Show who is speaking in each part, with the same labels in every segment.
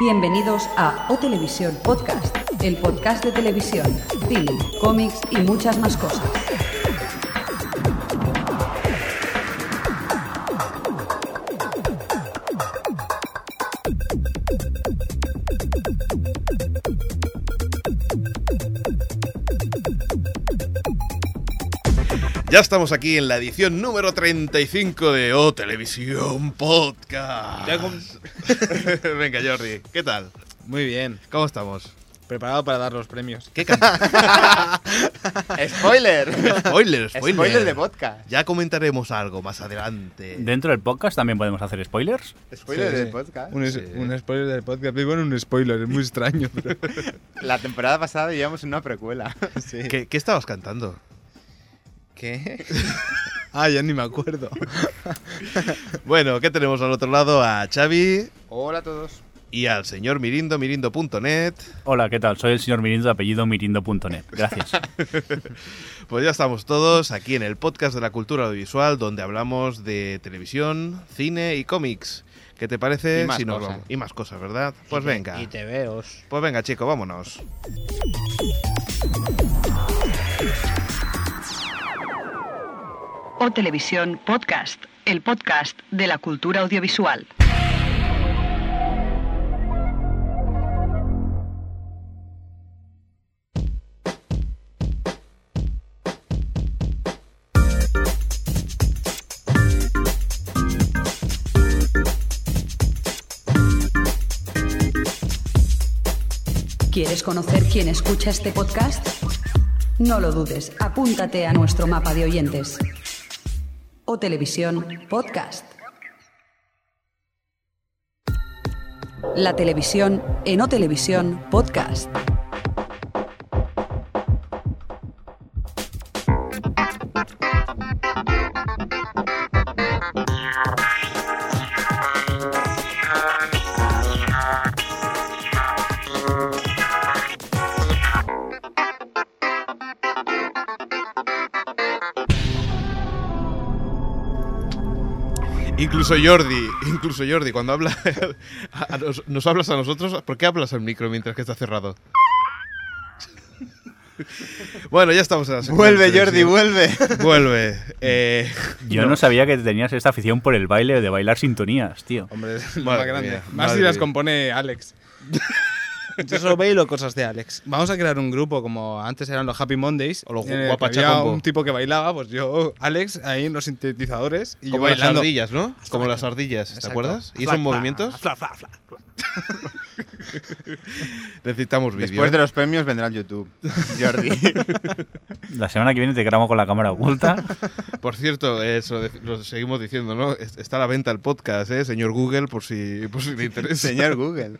Speaker 1: Bienvenidos a O Televisión Podcast, el podcast de televisión, cine, cómics y muchas más cosas.
Speaker 2: Ya estamos aquí en la edición número 35 de O Televisión Podcast.
Speaker 3: Ya com-
Speaker 2: Venga, Jordi, ¿qué tal?
Speaker 3: Muy bien,
Speaker 2: ¿Cómo estamos?
Speaker 3: preparado para dar los premios.
Speaker 2: ¿Qué can-
Speaker 4: Spoiler.
Speaker 2: spoiler, spoiler.
Speaker 4: Spoiler de podcast.
Speaker 2: Ya comentaremos algo más adelante.
Speaker 5: Dentro del podcast también podemos hacer spoilers.
Speaker 4: Spoiler
Speaker 3: Sí,
Speaker 4: de
Speaker 3: sí.
Speaker 4: podcast.
Speaker 3: Un, es-
Speaker 2: Sí.
Speaker 3: un spoiler del podcast. Vivo en un spoiler, es muy extraño. pero-
Speaker 4: La temporada pasada llevamos una precuela.
Speaker 2: ¿Qué, qué estabas cantando?
Speaker 3: ¿Qué? Ah, ya ni me acuerdo.
Speaker 2: Bueno, ¿qué tenemos al otro lado? A Xavi
Speaker 4: Hola a todos.
Speaker 2: y al señor Mirindo, mirindo.net.
Speaker 5: Hola, ¿qué tal? Soy el señor Mirindo de apellido mirindo.net. Gracias.
Speaker 2: Pues ya estamos todos aquí en el podcast de la cultura audiovisual donde hablamos de televisión, cine y cómics. ¿Qué te parece?
Speaker 4: Y más
Speaker 2: si no
Speaker 4: cosas.
Speaker 2: hablamos- Y más cosas, ¿verdad? Pues venga.
Speaker 6: Y te veos.
Speaker 2: Pues venga, chico, vámonos.
Speaker 1: O Televisión Podcast, el podcast de la cultura audiovisual. ¿Quieres conocer quién escucha este podcast? No lo dudes, apúntate a nuestro mapa de oyentes o televisión podcast. La televisión en O Televisión Podcast.
Speaker 2: Incluso Jordi, incluso Jordi, cuando habla, a- a nos, nos hablas a nosotros, ¿por qué hablas al micro mientras que está cerrado? Bueno, ya estamos en la sección
Speaker 4: Vuelve,
Speaker 2: de
Speaker 4: Jordi,
Speaker 2: televisión.
Speaker 4: vuelve.
Speaker 2: Vuelve. Eh,
Speaker 5: Yo no. sabía que tenías esta afición por el baile, de bailar sintonías, tío.
Speaker 3: Hombre, es lo
Speaker 2: Madre
Speaker 3: más grande.
Speaker 2: mía,
Speaker 3: más
Speaker 2: madre
Speaker 3: si las
Speaker 2: mía.
Speaker 3: compone Alex. Yo solo bailo cosas de Alex. Vamos a crear un grupo como antes eran los Happy Mondays.
Speaker 2: O los
Speaker 3: en el que
Speaker 2: Guapachacombo.
Speaker 3: había un tipo que bailaba, pues yo, Alex, ahí en los sintetizadores. Y yo
Speaker 2: como las
Speaker 3: bailando.
Speaker 2: ardillas, ¿no? Como las ardillas, ¿te
Speaker 3: Exacto.
Speaker 2: acuerdas? ¿Y
Speaker 3: Fla,
Speaker 2: esos
Speaker 3: fla,
Speaker 2: movimientos?
Speaker 3: fla, fla, fla.
Speaker 2: Necesitamos vídeo. ¿eh?
Speaker 4: Después de los premios vendrá el YouTube. Jordi.
Speaker 5: La semana que viene te grabo con la cámara oculta.
Speaker 2: Por cierto, eso lo seguimos diciendo, ¿no? Es- Está a la venta el podcast, ¿eh? Señor Google, por si, por si le interesa.
Speaker 4: Señor Google.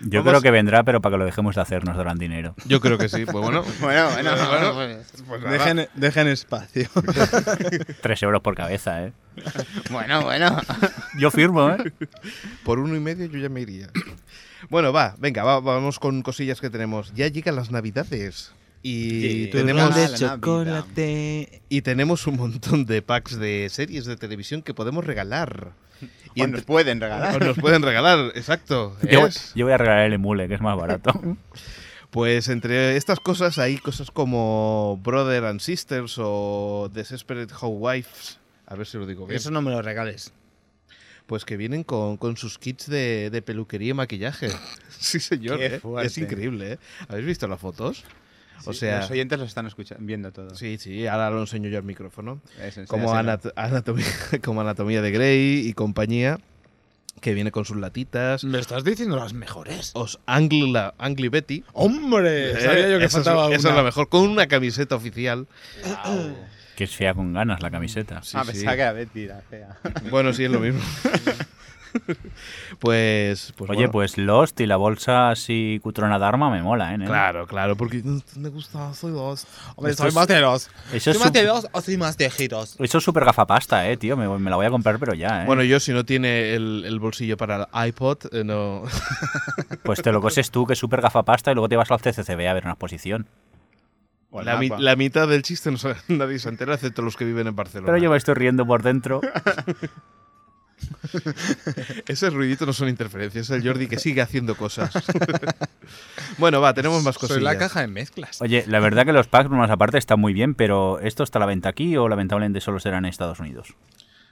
Speaker 5: Yo
Speaker 2: Vamos-
Speaker 5: creo que vendrá, pero para que lo dejemos de hacer nos darán dinero.
Speaker 2: Yo creo que sí, pues bueno.
Speaker 4: Bueno, bueno.
Speaker 2: Bueno, pues nada.
Speaker 3: Dejen, dejen espacio.
Speaker 5: Tres euros por cabeza, ¿eh?
Speaker 4: Bueno, bueno.
Speaker 5: Yo firmo, ¿eh?
Speaker 2: Por uno y medio yo ya me iría. Bueno, va, venga, va- vamos con cosillas que tenemos. Ya llegan las navidades. Y,
Speaker 4: Sí.
Speaker 2: tenemos,
Speaker 4: de chocolate.
Speaker 2: y tenemos un montón de packs de series de televisión que podemos regalar. Y
Speaker 4: Y
Speaker 2: entre-
Speaker 4: nos pueden
Speaker 2: o
Speaker 4: regalar.
Speaker 2: nos pueden regalar, exacto.
Speaker 5: Yo,
Speaker 2: ¿es?
Speaker 5: yo voy a regalar el emule, que es más barato.
Speaker 2: Pues entre estas cosas hay cosas como Brother and Sisters o Desperate Housewives. A ver si lo digo bien.
Speaker 6: Eso no me lo regales.
Speaker 2: Pues que vienen con, con sus kits de, de peluquería y maquillaje. Sí, señor.
Speaker 4: Qué
Speaker 2: ¿eh? Es
Speaker 4: fuerte.
Speaker 2: increíble, ¿eh? ¿Habéis visto las fotos? o
Speaker 4: Sí,
Speaker 2: sea,
Speaker 4: los oyentes lo están escuchando, viendo todo.
Speaker 2: sí, sí, ahora lo enseño yo al micrófono.
Speaker 4: Eso,
Speaker 2: Como, anat-
Speaker 4: enséñaselo.
Speaker 2: anatomía, como Anatomía de Grey y compañía, que viene con sus latitas.
Speaker 3: ¿Me estás diciendo las mejores?
Speaker 2: Os Angla, Angli Betty.
Speaker 3: ¡Hombre! Sabía
Speaker 2: ¿eh?
Speaker 3: yo que
Speaker 2: Esa es-
Speaker 3: faltaba
Speaker 2: esa es
Speaker 3: una.
Speaker 2: la mejor, con una camiseta oficial.
Speaker 5: Que es fea con ganas la camiseta.
Speaker 2: Sí,
Speaker 4: Ah,
Speaker 2: sí.
Speaker 4: pensaba que era Betty, la fea.
Speaker 2: Bueno, sí, es lo mismo. pues, pues
Speaker 5: Oye,
Speaker 2: bueno.
Speaker 5: pues Lost y la bolsa así cutrona Dharma me mola, ¿eh? nena?
Speaker 2: Claro, claro, porque me gusta, soy dos.
Speaker 3: Hombre,
Speaker 5: Esto
Speaker 3: soy
Speaker 5: es-
Speaker 3: más de los.
Speaker 5: Eso
Speaker 3: ¿Soy
Speaker 5: es
Speaker 3: más de
Speaker 5: súper-
Speaker 3: los o soy más de giros?
Speaker 5: eso es súper gafapasta, ¿eh, tío? Me, me la voy a comprar, pero ya, ¿eh?
Speaker 2: Bueno, yo si no tiene el, el bolsillo para el iPod, eh, no.
Speaker 5: Pues te lo coses tú, que es súper gafapasta, y luego te vas al CCCB a ver una exposición.
Speaker 4: O el
Speaker 2: La, mi-
Speaker 4: mapa.
Speaker 2: la mitad del chiste no sabe- nadie se entera, excepto los que viven en Barcelona.
Speaker 5: Pero yo me estoy riendo por dentro.
Speaker 2: Ese ruidito no son interferencias, es el Jordi que sigue haciendo cosas. bueno, va, tenemos más
Speaker 3: Soy
Speaker 2: cosillas.
Speaker 3: la caja de mezclas.
Speaker 5: Oye, la verdad que los packs, más aparte, están muy bien, pero ¿esto está a la venta aquí o lamentablemente solo será en Estados Unidos?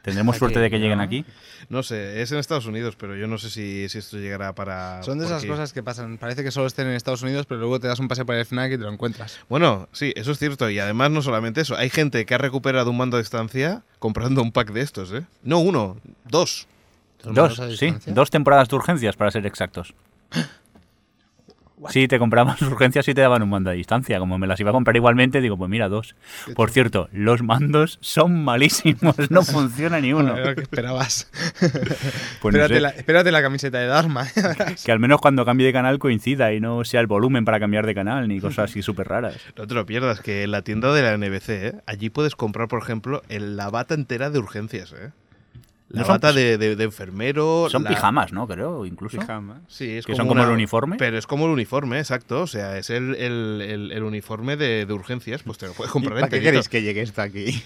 Speaker 5: ¿Tendremos suerte de que lleguen aquí?
Speaker 2: No sé, es en Estados Unidos, pero yo no sé si, si esto llegará
Speaker 5: Ah,
Speaker 2: para.
Speaker 3: Son de esas
Speaker 2: porque-
Speaker 3: cosas que pasan. Parece que solo estén en Estados Unidos, pero luego te das un paseo por el FNAC y te lo encuentras.
Speaker 2: Bueno, sí, eso es cierto. Y además, no solamente eso, hay gente que ha recuperado un mando a distancia comprando un pack de estos, ¿eh? No uno, dos.
Speaker 5: Dos, sí, dos temporadas de urgencias, para ser exactos. Sí, te comprabas urgencias y te daban un mando a distancia. Como me las iba a comprar igualmente, digo, pues mira, dos. Por cierto, los mandos son malísimos, no funciona ni uno.
Speaker 3: Era lo que esperabas.
Speaker 5: Pues no
Speaker 3: espérate,
Speaker 5: sé,
Speaker 3: la, espérate la camiseta de Dharma. ¿eh?
Speaker 5: que al menos cuando cambie de canal coincida y no sea el volumen para cambiar de canal ni cosas así súper raras.
Speaker 2: No te lo pierdas, que en la tienda de la NBC, ¿eh? allí puedes comprar, por ejemplo, el- la bata entera de urgencias, ¿eh? La
Speaker 5: No son
Speaker 2: bata de, de- de enfermero.
Speaker 5: Son
Speaker 2: la-
Speaker 5: pijamas, ¿no? Creo, incluso.
Speaker 4: Pijama.
Speaker 2: Sí, es
Speaker 5: que son como el uniforme.
Speaker 2: Pero es como el uniforme, exacto. O sea, es el, el- el- el uniforme de, de urgencias, pues te lo puedes
Speaker 4: ¿Y
Speaker 2: comprar
Speaker 4: ¿Para qué
Speaker 2: enterito.
Speaker 4: queréis que llegue esto aquí?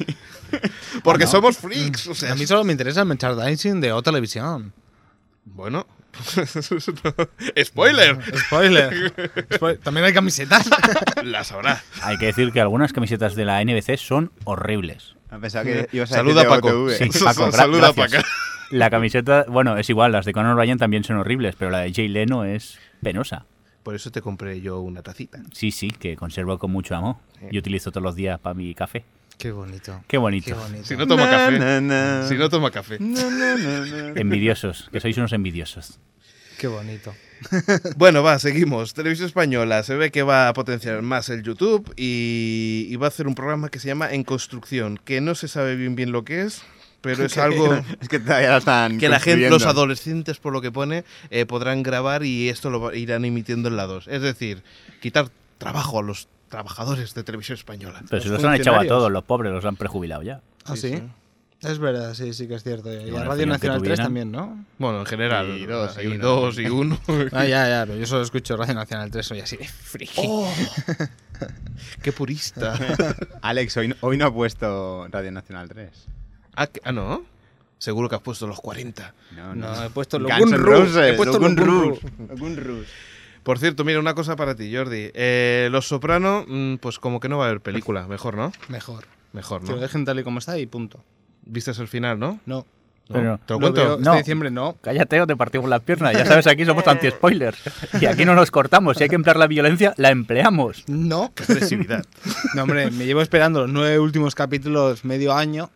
Speaker 2: Porque somos freaks. O sea,
Speaker 3: A mí solo me interesa el merchandising de O Televisión.
Speaker 2: Bueno. ¡Spoiler!
Speaker 3: Spoiler. Spoil- También hay camisetas.
Speaker 2: La sabrá.
Speaker 5: Hay que decir que algunas camisetas de la NBC son horribles.
Speaker 4: Ha pensado que ibas a
Speaker 2: Saluda a
Speaker 4: decir de
Speaker 2: Paco.
Speaker 4: OTV.
Speaker 5: Sí, Paco, gra-
Speaker 2: Saluda
Speaker 5: gracias.
Speaker 2: para acá.
Speaker 5: La camiseta, bueno, es igual, las de Conor Ryan también son horribles, pero la de Jay Leno es penosa.
Speaker 2: Por eso te compré yo una tacita.
Speaker 5: Sí, sí, que conservo con mucho amor. Yo utilizo todos los días para mi café.
Speaker 3: Qué bonito.
Speaker 5: Qué bonito.
Speaker 2: Si no toma
Speaker 4: Na,
Speaker 2: café.
Speaker 4: na, na.
Speaker 2: Si no toma café.
Speaker 4: Na, na, na, na.
Speaker 5: Envidiosos, que sois unos envidiosos.
Speaker 3: Qué bonito.
Speaker 2: Bueno, va, seguimos. Televisión Española se ve que va a potenciar más el YouTube y, y va a hacer un programa que se llama En Construcción, que no se sabe bien bien lo que es, pero es algo
Speaker 4: Es que todavía la están.
Speaker 2: que la gente, los
Speaker 4: construyendo.
Speaker 2: adolescentes, por lo que pone, eh, podrán grabar y esto lo va- irán emitiendo en la 2. Es decir, quitar trabajo a los trabajadores de Televisión Española. Pues
Speaker 5: Pero
Speaker 3: Los
Speaker 5: se los han echado a
Speaker 3: funcionarios.
Speaker 5: todos, los pobres los han prejubilado ya.
Speaker 3: Ah, sí. Es verdad, sí, sí que es cierto. Y
Speaker 5: bueno,
Speaker 3: la
Speaker 5: al
Speaker 3: Radio
Speaker 5: final que
Speaker 3: Nacional 3
Speaker 5: tuvieran.
Speaker 3: también, ¿no?
Speaker 2: Bueno, en general,
Speaker 4: Y dos, y
Speaker 2: hay
Speaker 4: una.
Speaker 2: dos y uno.
Speaker 3: Ah, ya, ya, pero yo solo escucho Radio Nacional 3, soy así de friki.
Speaker 2: ¡Oh! ¡Qué purista!
Speaker 4: Alex, hoy, no- hoy no ha puesto Radio Nacional 3.
Speaker 2: ah, que- ah, no. Seguro que has puesto los 40.
Speaker 4: No,
Speaker 3: No, he puesto
Speaker 4: Guns
Speaker 3: Logun
Speaker 4: N'
Speaker 3: Rouge, he
Speaker 4: Roses,
Speaker 3: puesto
Speaker 4: Logun
Speaker 3: Logun
Speaker 4: Rouge. Logun Rouge.
Speaker 2: Por cierto, mira, una cosa para ti, Jordi. Eh, los Soprano, mm, pues como que no va a haber película. Mejor, ¿no?
Speaker 3: Mejor.
Speaker 2: Mejor,
Speaker 3: Que lo
Speaker 2: ¿no?
Speaker 3: dejen tal y como está y punto.
Speaker 2: Viste el final, ¿no?
Speaker 3: No.
Speaker 5: Pero-
Speaker 2: ¿Te lo,
Speaker 3: Lo
Speaker 2: cuento?
Speaker 3: veo este
Speaker 5: No.
Speaker 3: diciembre, no.
Speaker 5: Cállate o te partimos las piernas. Ya sabes, aquí somos anti-spoilers. Y aquí no nos cortamos. Si hay que emplear la violencia, la empleamos.
Speaker 3: No.
Speaker 2: Qué Agresividad.
Speaker 3: No, hombre, me llevo esperando los nueve últimos capítulos medio año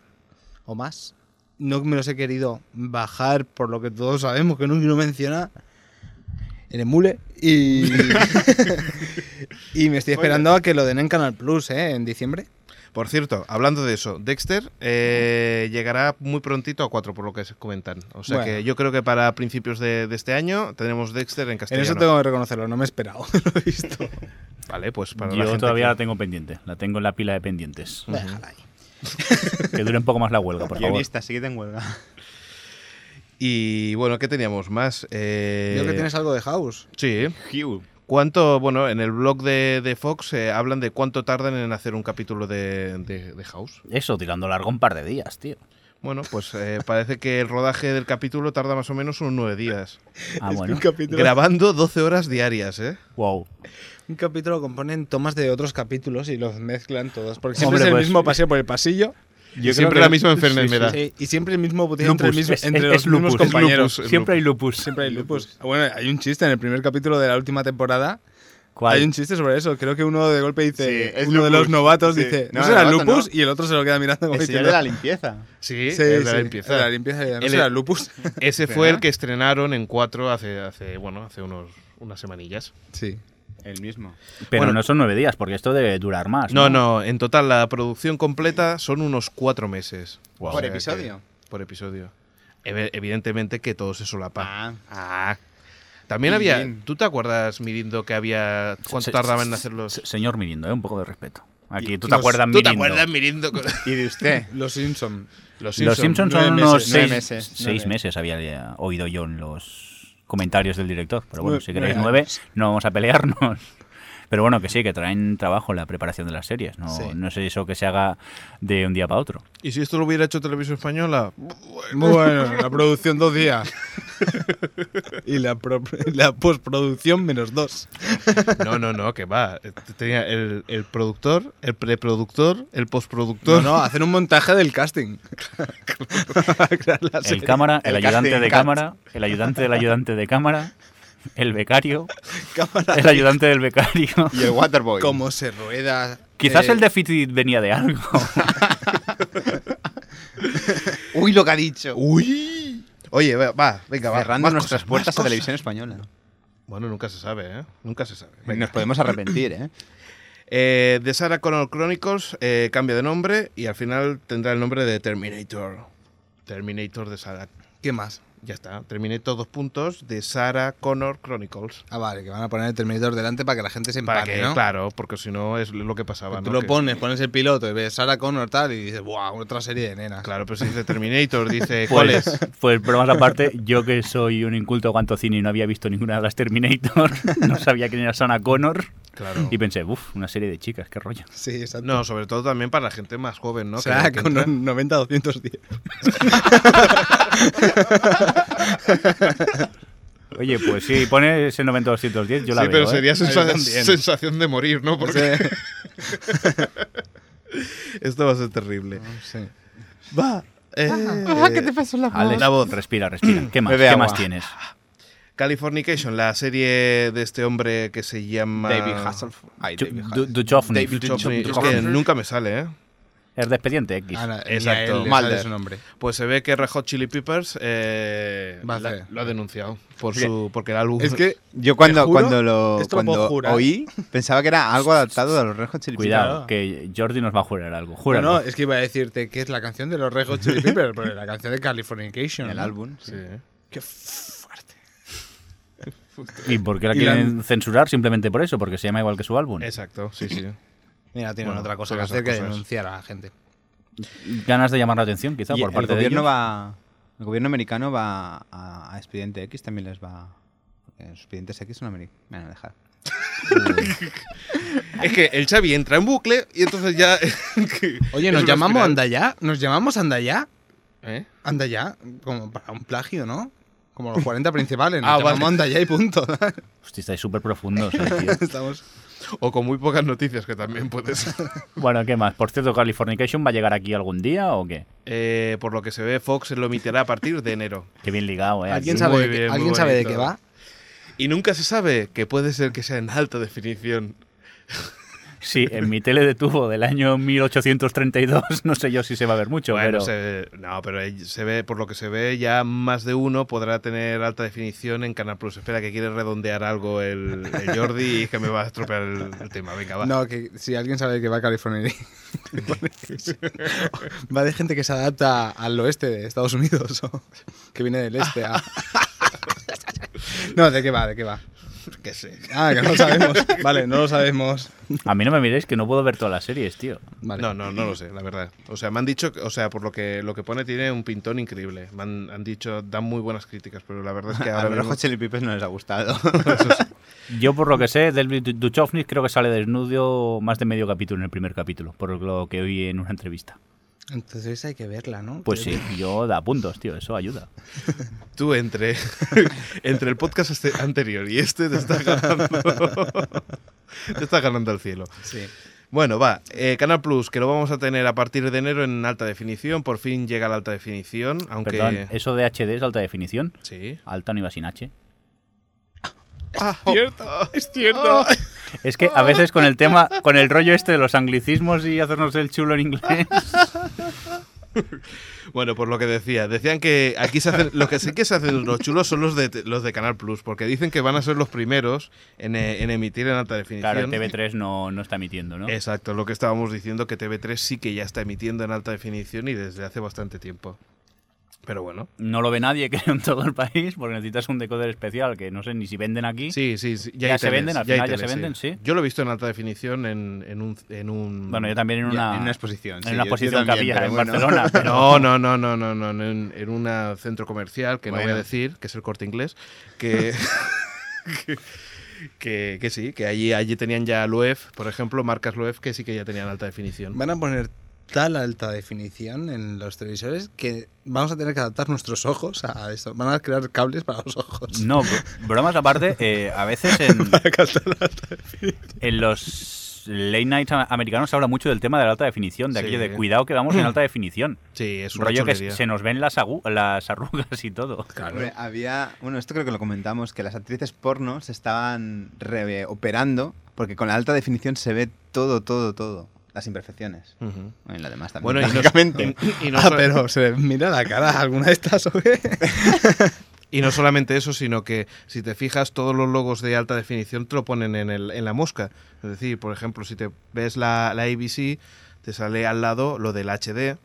Speaker 3: o más. No me los he querido bajar por lo que todos sabemos que no quiero mencionar en Emule. Y, y me estoy esperando a que lo den en Canal Plus, ¿eh? En diciembre.
Speaker 2: Por cierto, hablando de eso, Dexter eh, llegará muy prontito a 4, por lo que se comentan. O sea
Speaker 3: Bueno.
Speaker 2: que yo creo que para principios de, de este año tenemos Dexter en
Speaker 3: En
Speaker 2: castellano.
Speaker 3: eso tengo que reconocerlo, no me he esperado. lo he visto.
Speaker 2: Vale, pues para la
Speaker 5: Yo
Speaker 2: gente
Speaker 5: todavía
Speaker 2: que-
Speaker 5: la tengo pendiente. La tengo en la pila de pendientes.
Speaker 3: Déjala ahí.
Speaker 5: Que dure un poco más la huelga, por favor.
Speaker 4: Guionista, sigue en huelga.
Speaker 2: Y bueno, ¿qué teníamos más? Eh,
Speaker 3: Creo que tienes algo de House.
Speaker 2: Sí.
Speaker 4: Hugh.
Speaker 2: ¿Cuánto, bueno, en el blog de, de Fox eh, hablan de cuánto tardan en hacer un capítulo de, de- de House?
Speaker 5: Eso, tirando largo un par de días, tío.
Speaker 2: Bueno, pues eh, parece que el rodaje del capítulo tarda más o menos unos nueve días.
Speaker 5: Ah,
Speaker 3: Es que
Speaker 5: bueno.
Speaker 3: un, capítulo,
Speaker 2: Grabando 12 horas diarias, ¿eh?
Speaker 5: Wow.
Speaker 3: un capítulo componen tomas de otros capítulos y los mezclan todos. Porque siempre
Speaker 5: Hombre,
Speaker 3: es el
Speaker 5: pues-
Speaker 3: mismo paseo por el pasillo.
Speaker 2: Yo siempre la misma enfermedad.
Speaker 3: Sí, y siempre el mismo botín entre, el
Speaker 5: Lupus.
Speaker 3: mismo,
Speaker 5: Es-
Speaker 3: entre
Speaker 5: es-
Speaker 3: los
Speaker 5: es lupus.
Speaker 3: mismos compañeros.
Speaker 2: lupus. es
Speaker 5: Siempre hay lupus.
Speaker 3: Siempre hay lupus. Bueno, hay un chiste en el primer capítulo de la última temporada.
Speaker 5: ¿Cuál?
Speaker 3: Hay un chiste sobre eso. Creo que uno de golpe dice,
Speaker 4: Sí, es
Speaker 3: uno de los
Speaker 4: lupus.
Speaker 3: novatos
Speaker 4: Sí.
Speaker 3: dice, no,
Speaker 4: No,
Speaker 3: será
Speaker 4: novato,
Speaker 3: lupus,
Speaker 4: no.
Speaker 3: y el otro se lo queda mirando como
Speaker 4: El señor
Speaker 3: diciendo,
Speaker 4: de la limpieza.
Speaker 2: Sí,
Speaker 3: Sí,
Speaker 2: el de la
Speaker 3: sí,
Speaker 2: limpieza.
Speaker 3: el de la limpieza, no
Speaker 2: El-
Speaker 3: será lupus.
Speaker 2: Ese fue el
Speaker 4: ¿Verdad?
Speaker 2: que estrenaron en 4 hace, hace, bueno, hace unos, unas semanillas.
Speaker 3: sí.
Speaker 4: El mismo.
Speaker 5: Pero
Speaker 2: Bueno.
Speaker 5: no son nueve días, porque esto debe durar más.
Speaker 2: No, no, en total la producción completa son unos cuatro meses.
Speaker 4: ¿Por
Speaker 5: Wow.
Speaker 2: O sea que-
Speaker 4: episodio?
Speaker 2: por episodio. Ev- Evidentemente que todo se solapa.
Speaker 4: Ah.
Speaker 2: También había.
Speaker 4: Mirin.
Speaker 2: ¿Tú te acuerdas, Mirindo, que había. cuánto
Speaker 5: Se-
Speaker 2: tardaban en
Speaker 5: se-
Speaker 2: hacerlos?
Speaker 5: se- Señor Mirindo, eh, un poco de respeto. Aquí, tú te
Speaker 3: los-
Speaker 5: acuerdas,
Speaker 2: ¿Tú te
Speaker 5: Mirindo.
Speaker 2: acuerdas, Mirindo? con-
Speaker 4: ¿Y de usted?
Speaker 3: Los Simpson.
Speaker 2: Los
Speaker 5: Los Simpsons son
Speaker 3: nueve
Speaker 5: unos
Speaker 3: meses.
Speaker 5: seis,
Speaker 4: Nueve meses,
Speaker 5: seis
Speaker 4: nueve.
Speaker 5: meses, había ya oído yo en los comentarios del director. Pero bueno,
Speaker 3: Nueve-
Speaker 5: si queréis
Speaker 3: nueve
Speaker 5: nueve,
Speaker 3: años.
Speaker 5: no vamos a pelearnos. Pero bueno, que sí, que traen trabajo en la preparación de las series. No,
Speaker 3: Sí.
Speaker 5: no es eso que se haga de un día para otro.
Speaker 2: Y si esto lo hubiera hecho Televisión Española,
Speaker 3: Bueno, la producción dos días. y la, pro- la postproducción menos dos.
Speaker 2: no, no, no, que va. Eh, Tenía el, el productor, el preproductor, el
Speaker 3: No,
Speaker 2: postproductor.
Speaker 3: no, hacer un montaje del casting. Crear la
Speaker 5: El
Speaker 3: serie.
Speaker 5: cámara, el,
Speaker 4: el
Speaker 5: ayudante
Speaker 4: casting
Speaker 5: de
Speaker 4: cast.
Speaker 5: cámara, el ayudante del ayudante de cámara, el becario,
Speaker 3: Cámara.
Speaker 5: el ayudante del becario.
Speaker 4: Y el Waterboy.
Speaker 3: Cómo se rueda.
Speaker 5: Quizás
Speaker 3: eh,
Speaker 5: el déficit venía de algo.
Speaker 4: Uy, lo que ha dicho.
Speaker 2: Uy. Oye, va, va, venga, va.
Speaker 4: Cerrando
Speaker 2: más
Speaker 4: nuestras
Speaker 2: cosas,
Speaker 4: puertas
Speaker 2: más
Speaker 4: a
Speaker 2: cosas.
Speaker 4: televisión española.
Speaker 2: Bueno, nunca se sabe, ¿eh? Nunca se sabe.
Speaker 4: Nos podemos arrepentir, ¿eh?
Speaker 2: Eh, The Sarah Connor Chronicles eh, cambia de nombre y al final tendrá el nombre de Terminator. Terminator de Sarah.
Speaker 3: ¿Qué más?
Speaker 2: Ya está. Terminator dos puntos de Sarah Connor Chronicles.
Speaker 3: Ah, vale, que van a poner el Terminator delante para que la gente se
Speaker 2: Para
Speaker 3: empane,
Speaker 2: que,
Speaker 3: ¿no?
Speaker 2: claro, porque si no es lo que pasaba.
Speaker 3: Tú
Speaker 2: ¿no?
Speaker 3: lo
Speaker 2: Que-
Speaker 3: pones, pones el piloto y ves Sarah Connor tal y dices, ¡buah! Otra serie de nenas.
Speaker 2: Claro, pero si dice Terminator, dice Eh, ¿cuál es?
Speaker 5: Pues, pues bromas aparte, yo que soy un inculto cuanto cine y no había visto ninguna de las Terminator, no sabía quién era Sana Connor.
Speaker 2: Claro.
Speaker 5: Y pensé, uff, una serie de chicas, qué rollo.
Speaker 3: Sí, exacto.
Speaker 2: No, sobre todo también para la gente más joven, ¿no?
Speaker 3: O
Speaker 2: Que-
Speaker 3: sea,
Speaker 2: que
Speaker 3: con
Speaker 2: entra-
Speaker 3: 90 210.
Speaker 5: Oye, pues sí, pone ese 90210, yo la
Speaker 2: sí,
Speaker 5: veo.
Speaker 2: pero
Speaker 5: ¿eh?
Speaker 2: sería sensa-
Speaker 3: Yo también.
Speaker 2: sensación de morir, ¿no? Porque esto va a ser terrible.
Speaker 3: Sí.
Speaker 2: Va. eh,
Speaker 5: Alex,
Speaker 2: La voz.
Speaker 5: Respira, respira. ¿Qué más?
Speaker 4: Bebe
Speaker 5: ¿Qué
Speaker 4: agua.
Speaker 5: más tienes?
Speaker 2: Californication, la serie de este hombre que se llama...
Speaker 4: David Hasselhoff. Ay,
Speaker 5: Du-
Speaker 4: David
Speaker 5: Du-
Speaker 4: Hasselhoff.
Speaker 5: Duchovny.
Speaker 4: David
Speaker 2: Duchovny. Es
Speaker 4: Duchovny.
Speaker 2: que nunca me sale, ¿eh?
Speaker 5: Es de expediente X.
Speaker 3: Ah, no, ni a
Speaker 2: Exacto.
Speaker 3: él le sale
Speaker 4: Mulder.
Speaker 3: su nombre.
Speaker 2: Pues se ve que Red Hot Chili Peppers eh,
Speaker 3: Va a
Speaker 2: la-
Speaker 3: hacer.
Speaker 2: lo ha denunciado por su, porque el álbum...
Speaker 3: Es que
Speaker 4: Yo cuando,
Speaker 3: Te juro,
Speaker 4: cuando lo,
Speaker 3: esto lo puedo
Speaker 4: cuando
Speaker 3: jurar.
Speaker 4: oí, pensaba que era algo adaptado a los Red Hot Chili
Speaker 3: Cuidado.
Speaker 5: Cuidado, que Jordi nos va a jurar algo. Jura.
Speaker 3: No, no, es que iba a decirte que es la canción de los Red Hot Chili Peppers, pero la canción de Californication.
Speaker 4: Peppers. El
Speaker 3: ¿no?
Speaker 4: álbum. sí.
Speaker 2: Sí, ¿eh?
Speaker 3: Qué fuerte.
Speaker 5: ¿Y por qué la
Speaker 3: Y la-
Speaker 5: quieren censurar? Simplemente por eso, porque se llama igual que su álbum.
Speaker 2: Exacto, sí, sí.
Speaker 3: Mira, tienen
Speaker 2: Bueno,
Speaker 3: otra cosa que
Speaker 2: todas
Speaker 3: hacer que
Speaker 2: esas cosas.
Speaker 3: denunciar a la gente.
Speaker 5: Ganas de llamar la atención, quizá,
Speaker 4: Y
Speaker 5: por parte
Speaker 4: el
Speaker 5: de
Speaker 4: gobierno
Speaker 5: ellos.
Speaker 4: va el gobierno americano va a, a Expediente X también les va porque los expedientes X son americanos me van a dejar
Speaker 2: Es que el Xavi entra en bucle y entonces ya...
Speaker 3: Oye,
Speaker 2: Es
Speaker 3: ¿nos
Speaker 2: una
Speaker 3: llamamos
Speaker 2: espiral.
Speaker 3: Andayá? ¿Nos llamamos Andayá?
Speaker 2: ¿Eh?
Speaker 3: Andayá, como para un plagio, ¿no? Como los 40 principales, nos
Speaker 2: Ah, vale.
Speaker 3: llamamos Andayá y punto.
Speaker 5: Hostia, estáis súper profundos. eh, tío.
Speaker 3: Estamos...
Speaker 2: O con muy pocas noticias, que también puede ser.
Speaker 5: Bueno, ¿qué más? Por cierto, Californication va a llegar aquí algún día o qué?
Speaker 2: Eh, por lo que se ve, Fox lo emitirá a partir de enero.
Speaker 5: Qué bien ligado, ¿eh?
Speaker 3: ¿Alguien
Speaker 5: Aquí.
Speaker 3: sabe,
Speaker 2: muy
Speaker 3: de, qué-
Speaker 2: bien, muy
Speaker 3: ¿alguien sabe de
Speaker 2: bonito.
Speaker 3: qué va?
Speaker 2: Y nunca se sabe que puede ser que sea en alta definición.
Speaker 5: Sí, en mi tele de tubo del año 1832, no sé yo si se va a ver mucho,
Speaker 2: bueno,
Speaker 5: pero...
Speaker 2: se- no, pero ahí se ve, por lo que se ve, ya más de uno podrá tener alta definición en Canal Plus. Espera, que quiere redondear algo el, el Jordi y es que me va a estropear el, el tema. Venga, va.
Speaker 3: No, que si alguien sabe de qué va California. va de gente que se adapta al oeste de Estados Unidos, o que viene del este. a- no, ¿de qué va? ¿De qué va?
Speaker 2: Que sé.
Speaker 3: Ah, que no lo sabemos. Vale, no lo sabemos.
Speaker 5: A mí no me miréis que no puedo ver todas las series, tío.
Speaker 3: Vale.
Speaker 2: No, no, no lo sé, la verdad. O sea, me han dicho, que- o sea, por lo que lo que pone tiene un pintón increíble. Me han, han dicho, dan muy buenas críticas, pero la verdad es que
Speaker 4: a
Speaker 2: ahora
Speaker 4: los Red
Speaker 2: mismo-
Speaker 4: Hot Chili Peppers no les ha gustado
Speaker 5: Yo, por lo que sé, David Du- Duchovny creo que sale desnudo más de medio capítulo en el primer capítulo, por lo que oí en una entrevista.
Speaker 3: Entonces hay que verla, ¿no?
Speaker 5: Pues sí, yo da puntos, tío, eso ayuda.
Speaker 2: Tú entre, entre el podcast este- anterior y este te estás ganando. te estás ganando el cielo.
Speaker 3: Sí.
Speaker 2: Bueno, va. eh, Canal Plus, que lo vamos a tener a partir de enero en alta definición. Por fin llega la alta definición. Aunque.
Speaker 5: Perdón, ¿eso de HD es alta definición?
Speaker 2: Sí. Ah, oh.
Speaker 5: Alta no iba sin H.
Speaker 2: cierto. Es cierto.
Speaker 5: Es que a veces con el tema, con el rollo este de los anglicismos y hacernos el chulo en inglés.
Speaker 2: Bueno, por lo que decía. Decían que aquí se hacen. Los que sé que se hacen los chulos son los de, los de Canal Plus. Porque dicen que van a ser los primeros en, eh, en emitir en alta definición.
Speaker 5: Claro, el TV3 no, no está emitiendo, ¿no?
Speaker 2: Exacto, lo que estábamos diciendo que TV3 sí que ya está emitiendo en alta definición y desde hace bastante tiempo. Pero bueno.
Speaker 5: No lo ve nadie, creo, en todo el país, porque necesitas un decoder especial que no sé ni si venden aquí.
Speaker 2: Sí, sí, sí,
Speaker 5: Ya
Speaker 2: hay
Speaker 5: se venden, al
Speaker 2: hay
Speaker 5: final ya se venden, sí.
Speaker 2: Yo lo he visto en alta definición en, en un, en un-
Speaker 5: Bueno, yo también en una,
Speaker 4: en una exposición sí,
Speaker 5: en una
Speaker 4: yo- yo
Speaker 5: exposición que
Speaker 4: también,
Speaker 5: había
Speaker 4: pero
Speaker 5: en
Speaker 4: bueno.
Speaker 5: Barcelona. pero-
Speaker 2: No, no, no, no, no, no, no, en, en un centro comercial que no voy
Speaker 4: Bueno.
Speaker 2: a decir, que es el corte inglés, que, que, que, que sí, que allí, allí tenían ya LUEF, por ejemplo, marcas LUEF que sí que ya tenían alta definición.
Speaker 3: Van a poner tal alta definición en los televisores que vamos a tener que adaptar nuestros ojos a esto. Van a crear cables para los ojos.
Speaker 5: No, br- bromas aparte, eh, a veces en,
Speaker 3: Para captar la alta definición.
Speaker 5: en los late nights a- americanos se habla mucho del tema de la alta definición, de
Speaker 2: Sí.
Speaker 5: aquello de cuidado que vamos en alta definición.
Speaker 2: Sí, es una
Speaker 5: rollo que
Speaker 2: chulería.
Speaker 5: se nos ven las, agu- las arrugas y todo.
Speaker 4: Hombre, había, bueno, esto creo que lo comentamos, que las actrices porno se estaban reoperando porque con la alta definición se ve todo, todo, todo. Las imperfecciones.
Speaker 2: Ujú.
Speaker 4: Bueno, y lo demás también.
Speaker 2: Bueno, y no-
Speaker 4: lógicamente.
Speaker 2: y- y no
Speaker 3: Ah,
Speaker 2: so-
Speaker 3: pero se le mira la cara a alguna de estas o qué?
Speaker 2: Y no solamente eso, sino que si te fijas, todos los logos de alta definición te lo ponen en, el, en la mosca. Es decir, por ejemplo, si te ves la, la ABC, te sale al lado lo del HD.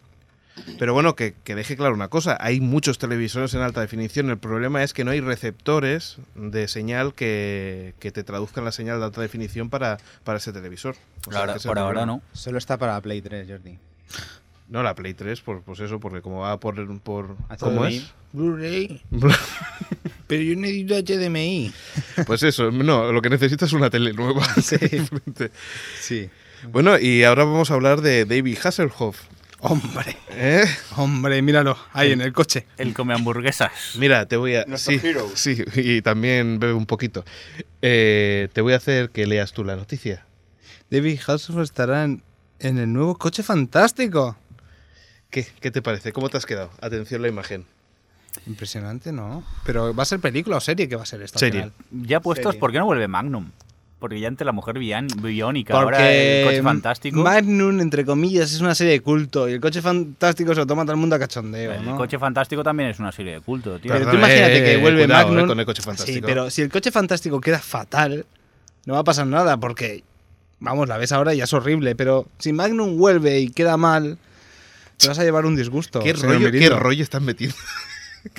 Speaker 2: Pero bueno, que, que deje claro una cosa, hay muchos televisores en alta definición, el problema es que no hay receptores de señal que, que te traduzcan la señal de alta definición para, para ese televisor.
Speaker 4: Pues
Speaker 2: O sea,
Speaker 5: Ahora-
Speaker 2: que ese es el
Speaker 5: por ahora
Speaker 2: problema.
Speaker 5: no.
Speaker 4: Solo está para Play 3, Jordi.
Speaker 2: No, la Play 3, por, pues eso, porque como va por... por ¿Cómo
Speaker 4: HDMI.
Speaker 2: es?
Speaker 3: Blu-ray. Pero yo necesito HDMI.
Speaker 2: Pues eso, no, lo que necesitas es una tele nueva. Simplemente.
Speaker 4: Sí.
Speaker 2: Bueno, y ahora vamos a hablar de David Hasselhoff.
Speaker 3: Hombre,
Speaker 2: ¿eh?
Speaker 3: hombre, míralo, ahí en el coche.
Speaker 5: El come hamburguesas.
Speaker 2: Mira, te voy a.
Speaker 4: Nuestro
Speaker 2: Sí,
Speaker 4: hero.
Speaker 2: sí, y también bebe un poquito. Eh, te voy a hacer que leas tú la noticia.
Speaker 3: David Hasselhoff estará en, en el nuevo coche fantástico.
Speaker 2: ¿Qué, qué te parece? ¿Cómo te has quedado? Atención la imagen.
Speaker 3: Impresionante, ¿no? Pero ¿va a ser película o serie que va a ser esta? al
Speaker 2: Serie.
Speaker 3: final?
Speaker 5: Ya puestos,
Speaker 4: Serie.
Speaker 5: ¿por qué no vuelve Magnum? Porque ya ante la mujer bian- biónica, ahora
Speaker 3: Porque
Speaker 5: el coche fantástico.
Speaker 3: Magnum, entre comillas, es una serie de culto y el coche fantástico se lo toma todo el mundo a cachondeo,
Speaker 5: el
Speaker 3: ¿no?
Speaker 5: coche fantástico también es una serie de culto, tío.
Speaker 3: Pero
Speaker 2: Perdón,
Speaker 3: tú imagínate
Speaker 2: eh,
Speaker 3: que
Speaker 2: eh,
Speaker 3: vuelve
Speaker 2: cuidado, eh,
Speaker 3: Magnum.
Speaker 2: con el coche fantástico.
Speaker 3: Sí, pero si el coche fantástico queda fatal, no va a pasar nada porque, vamos, la ves ahora y ya es horrible. Pero si Magnum vuelve y queda mal, te vas a llevar un disgusto.
Speaker 2: ¿Qué
Speaker 3: señor
Speaker 2: rollo, ¿Qué
Speaker 3: Mirindo.
Speaker 2: rollo estás metido?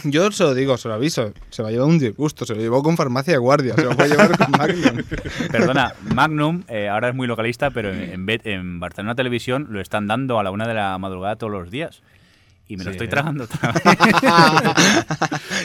Speaker 3: Yo se lo digo, se lo aviso. Se lo ha llevado un disgusto, se lo llevó con farmacia de guardia, se lo puede llevar con Magnum.
Speaker 5: Perdona, Magnum eh, ahora es muy localista, pero en, en Bet- en Barcelona Televisión lo están dando a la una de la madrugada todos los días. Y me lo
Speaker 2: Sí,
Speaker 5: estoy
Speaker 2: ¿eh?
Speaker 5: tragando otra vez.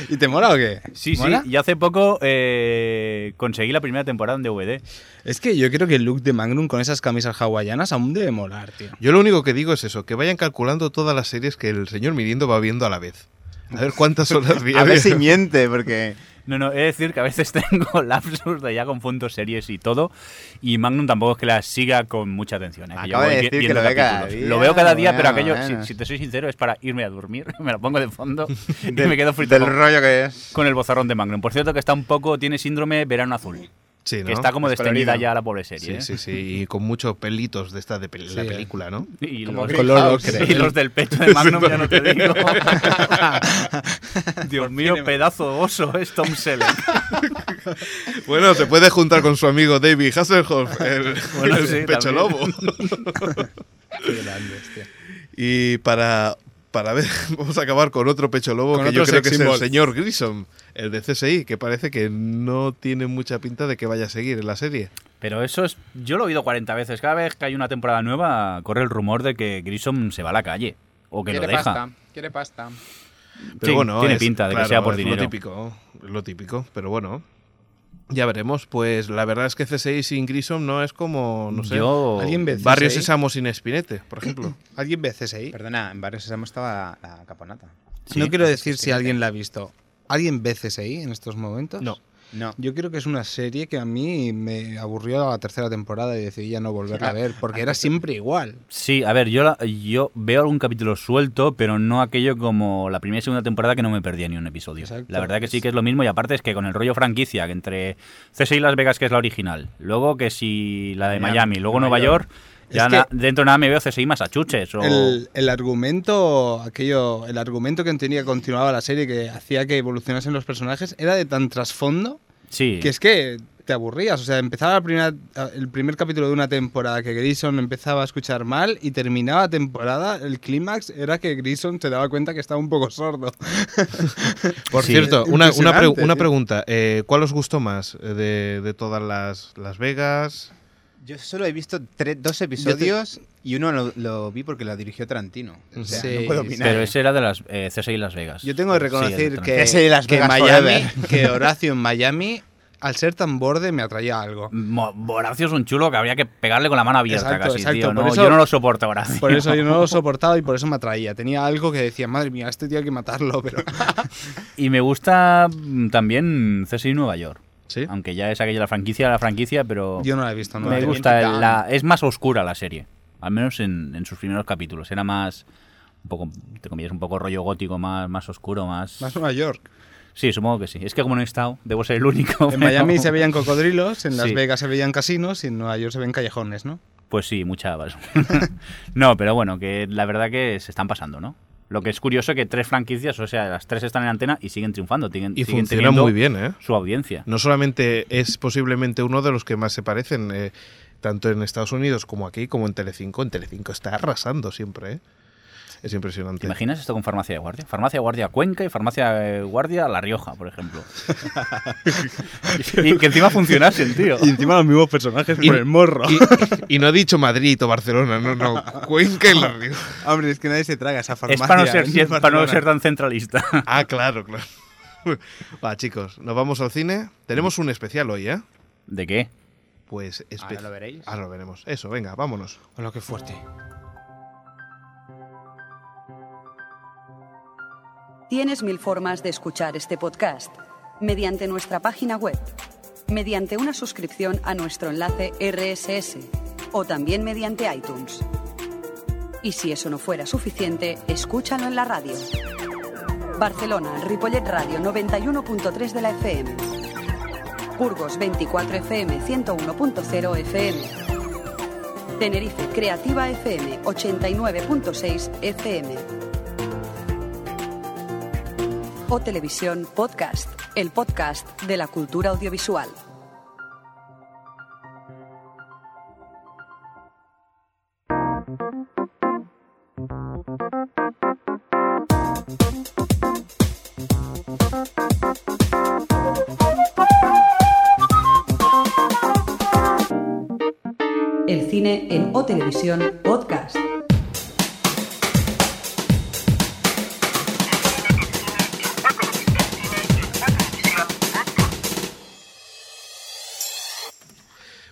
Speaker 3: ¿Y te mola o qué?
Speaker 5: Sí, sí.
Speaker 3: ¿Mola?
Speaker 5: Y hace poco eh, conseguí la primera temporada en DVD.
Speaker 3: Es que yo creo que el look de Magnum con esas camisas hawaianas aún debe molar, tío.
Speaker 2: Yo lo único que digo es eso, que vayan calculando todas las series que el señor Mirindo va viendo a la vez. A ver cuántas horas vi-
Speaker 4: A ver si miente, porque.
Speaker 5: No, no, he de decir que a veces tengo lapsus de ya con fondos series y todo. Y Magnum tampoco es que la siga con mucha atención. ¿eh? yo
Speaker 4: Acaba de
Speaker 5: voy vi-
Speaker 4: decir que
Speaker 5: viendo
Speaker 4: lo ve cada
Speaker 5: capítulos.
Speaker 4: día,
Speaker 5: Lo veo cada día, pero
Speaker 4: bueno,
Speaker 5: aquello,
Speaker 4: bueno.
Speaker 5: Si, si te soy sincero, es para irme a dormir. Me lo pongo de fondo y me quedo frito
Speaker 4: Del
Speaker 5: con,
Speaker 4: rollo que es.
Speaker 5: con el bozarrón de Magnum. Por cierto, que está un poco, tiene síndrome verano azul.
Speaker 2: Sí, ¿no?
Speaker 5: Que está como
Speaker 4: Descolorido.
Speaker 5: desteñida ya la pobre serie.
Speaker 2: Sí,
Speaker 5: ¿eh?
Speaker 2: sí, sí, y con muchos pelitos de esta de pel- la
Speaker 3: Sí, eh.
Speaker 2: película, ¿no?
Speaker 5: Y
Speaker 4: Como
Speaker 5: los,
Speaker 4: Green Color
Speaker 3: House. ocre.
Speaker 5: y los del pecho de Magnum ya no te digo. Dios mío, pedazo de oso es Tom Selleck.
Speaker 2: Bueno, se puede juntar con su amigo David Hasselhoff, el,
Speaker 5: Bueno,
Speaker 2: el
Speaker 5: sí,
Speaker 2: pecho
Speaker 5: también.
Speaker 2: lobo. Y para, para ver, vamos a acabar con otro pecho lobo
Speaker 3: Con
Speaker 2: que yo
Speaker 3: otro
Speaker 2: creo que es
Speaker 3: sex
Speaker 2: el
Speaker 3: symbol.
Speaker 2: señor Grissom, el de CSI, que parece que no tiene mucha pinta de que vaya a seguir en la serie.
Speaker 5: Pero eso es. Yo lo he oído 40 veces. Cada vez que hay una temporada nueva, corre el rumor de que Grissom se va a la calle. O que lo deja.
Speaker 6: quiere pasta.
Speaker 2: Pero
Speaker 5: Sí,
Speaker 2: bueno,
Speaker 5: tiene
Speaker 2: es-
Speaker 5: pinta de
Speaker 2: claro,
Speaker 5: que sea por
Speaker 2: es
Speaker 5: dinero.
Speaker 2: Lo típico, es lo típico, pero bueno. Ya veremos, pues la verdad es que CSI sin Grissom no es como, no sé,
Speaker 5: Yo.
Speaker 3: ¿Alguien ve
Speaker 2: Barrio
Speaker 3: CSI?
Speaker 2: Sésamo sin Espinete, por ejemplo.
Speaker 3: ¿Alguien ve CSI?
Speaker 4: Perdona, en Barrio Sésamo estaba la, la caponata.
Speaker 5: Sí.
Speaker 3: No quiero decir si alguien la ha visto. ¿Alguien ve CSI en estos momentos?
Speaker 2: No.
Speaker 4: No.
Speaker 3: Yo creo que es una serie que a mí me aburrió la tercera temporada y decidí ya no volverla a ver, porque era siempre igual.
Speaker 5: Sí, a ver, yo, la- yo veo algún capítulo suelto, pero no aquello como la primera y segunda temporada que no me perdía ni un episodio.
Speaker 3: Exacto.
Speaker 5: La verdad que sí que es lo mismo y aparte es que con el rollo franquicia, que entre CSI y Las Vegas, que es la original, luego que si la de
Speaker 4: Miami,
Speaker 5: Miami, luego
Speaker 4: Nueva
Speaker 5: Nueva York,
Speaker 3: Es
Speaker 5: ya
Speaker 3: que-
Speaker 5: na- dentro de nada me veo CSI Massachusetts o...
Speaker 3: El, el argumento, aquello, el argumento que tenía que continuaba la serie, que hacía que evolucionasen los personajes, era de tan trasfondo
Speaker 5: Sí,
Speaker 3: que es que te aburrías. O sea, empezaba la primera, el primer capítulo de una temporada que Grison empezaba a escuchar mal y terminaba la temporada, el clímax era que Grison se daba cuenta que estaba un poco sordo.
Speaker 2: Por
Speaker 5: Sí.
Speaker 2: cierto, una, una,
Speaker 3: Impresionante,
Speaker 2: pregu- una
Speaker 3: tío.
Speaker 2: pregunta. eh, ¿Cuál os gustó más eh, de, de todas las, las Vegas?
Speaker 4: Yo solo he visto tres, dos episodios y uno lo, lo vi porque lo dirigió Tarantino. O sea,
Speaker 3: Sí,
Speaker 4: no puedo
Speaker 3: sí.
Speaker 4: opinar.
Speaker 5: pero ese era de las eh, CSI Las Vegas.
Speaker 3: Yo tengo que
Speaker 5: Sí,
Speaker 3: reconocer
Speaker 5: exactamente.
Speaker 3: que,
Speaker 4: Es el Las
Speaker 3: que
Speaker 4: Vegas
Speaker 3: Miami,
Speaker 4: forever.
Speaker 3: que Horacio en Miami al ser tan borde me atraía algo.
Speaker 5: Mo- Horacio es un chulo que habría que pegarle con la mano abierta
Speaker 3: Exacto,
Speaker 5: casi,
Speaker 3: exacto,
Speaker 5: tío.
Speaker 3: por
Speaker 5: No,
Speaker 3: eso-
Speaker 5: yo no lo soporto, Horacio.
Speaker 3: Por eso yo no lo soportaba y por eso me atraía. Tenía algo que decía, madre mía, a este tío hay que matarlo, pero...
Speaker 5: Y me gusta mm, también CSI Nueva York.
Speaker 2: Sí.
Speaker 5: Aunque ya es aquella la franquicia, la franquicia, pero
Speaker 3: Yo no la he visto, no la
Speaker 5: me
Speaker 3: he
Speaker 5: gusta.
Speaker 4: visto.
Speaker 5: el- la, es más oscura la serie, al menos en, en sus primeros capítulos. Era más, un poco, te comillas, un poco rollo gótico, más, más oscuro, más...
Speaker 3: Más Nueva York.
Speaker 5: Sí, supongo que sí. Es que como no he estado, debo ser el único.
Speaker 3: En
Speaker 5: pero-
Speaker 3: Miami se veían cocodrilos, en Las
Speaker 5: Sí.
Speaker 3: Vegas se veían casinos y en Nueva York se ven callejones, ¿no?
Speaker 5: Pues sí, mucha basura. no, pero bueno, que la verdad que se están pasando, ¿no? Lo que es curioso que tres franquicias, o sea, las tres están en antena y siguen triunfando. Siguen,
Speaker 2: Y
Speaker 5: siguen
Speaker 2: funciona
Speaker 5: teniendo
Speaker 2: muy bien, ¿eh?
Speaker 5: Su audiencia.
Speaker 2: No solamente es posiblemente uno de los que más se parecen, eh, tanto en Estados Unidos como aquí, como en Telecinco. En Telecinco está arrasando siempre, ¿eh? Es
Speaker 5: ¿Te
Speaker 2: impresionante.
Speaker 5: imaginas esto con farmacia de guardia? Farmacia de guardia Cuenca y farmacia de guardia La Rioja, por ejemplo. y que encima funcionasen, tío.
Speaker 3: Y encima los mismos personajes
Speaker 2: Y-
Speaker 3: por el morro.
Speaker 2: Y, y no he dicho Madrid o Barcelona, no, no. Cuenca y la Rioja.
Speaker 3: Hombre, es que nadie se traga esa
Speaker 5: Es
Speaker 3: farmacia. ¿eh?
Speaker 5: para no ser,
Speaker 3: en
Speaker 5: si es para no
Speaker 3: Barcelona.
Speaker 5: ser tan centralista.
Speaker 2: Ah, claro, claro. Va, chicos, nos vamos al cine. Tenemos un especial hoy, ¿eh?
Speaker 5: ¿De qué?
Speaker 2: Pues espe-
Speaker 4: Ahora Ah, lo veréis.
Speaker 2: Ahora lo veremos. Eso, venga, vámonos.
Speaker 3: Hola, qué fuerte.
Speaker 1: Tienes mil formas de escuchar este podcast. Mediante nuestra página web, mediante una suscripción a nuestro enlace RSS o también mediante iTunes. Y si eso no fuera suficiente, escúchalo en la radio. Barcelona, Ripollet Radio 91.3 de la FM. Burgos 24 FM 101.0 FM. Tenerife Creativa FM 89.6 FM. o Televisión Podcast, el podcast de la cultura audiovisual. El cine en O Televisión Podcast.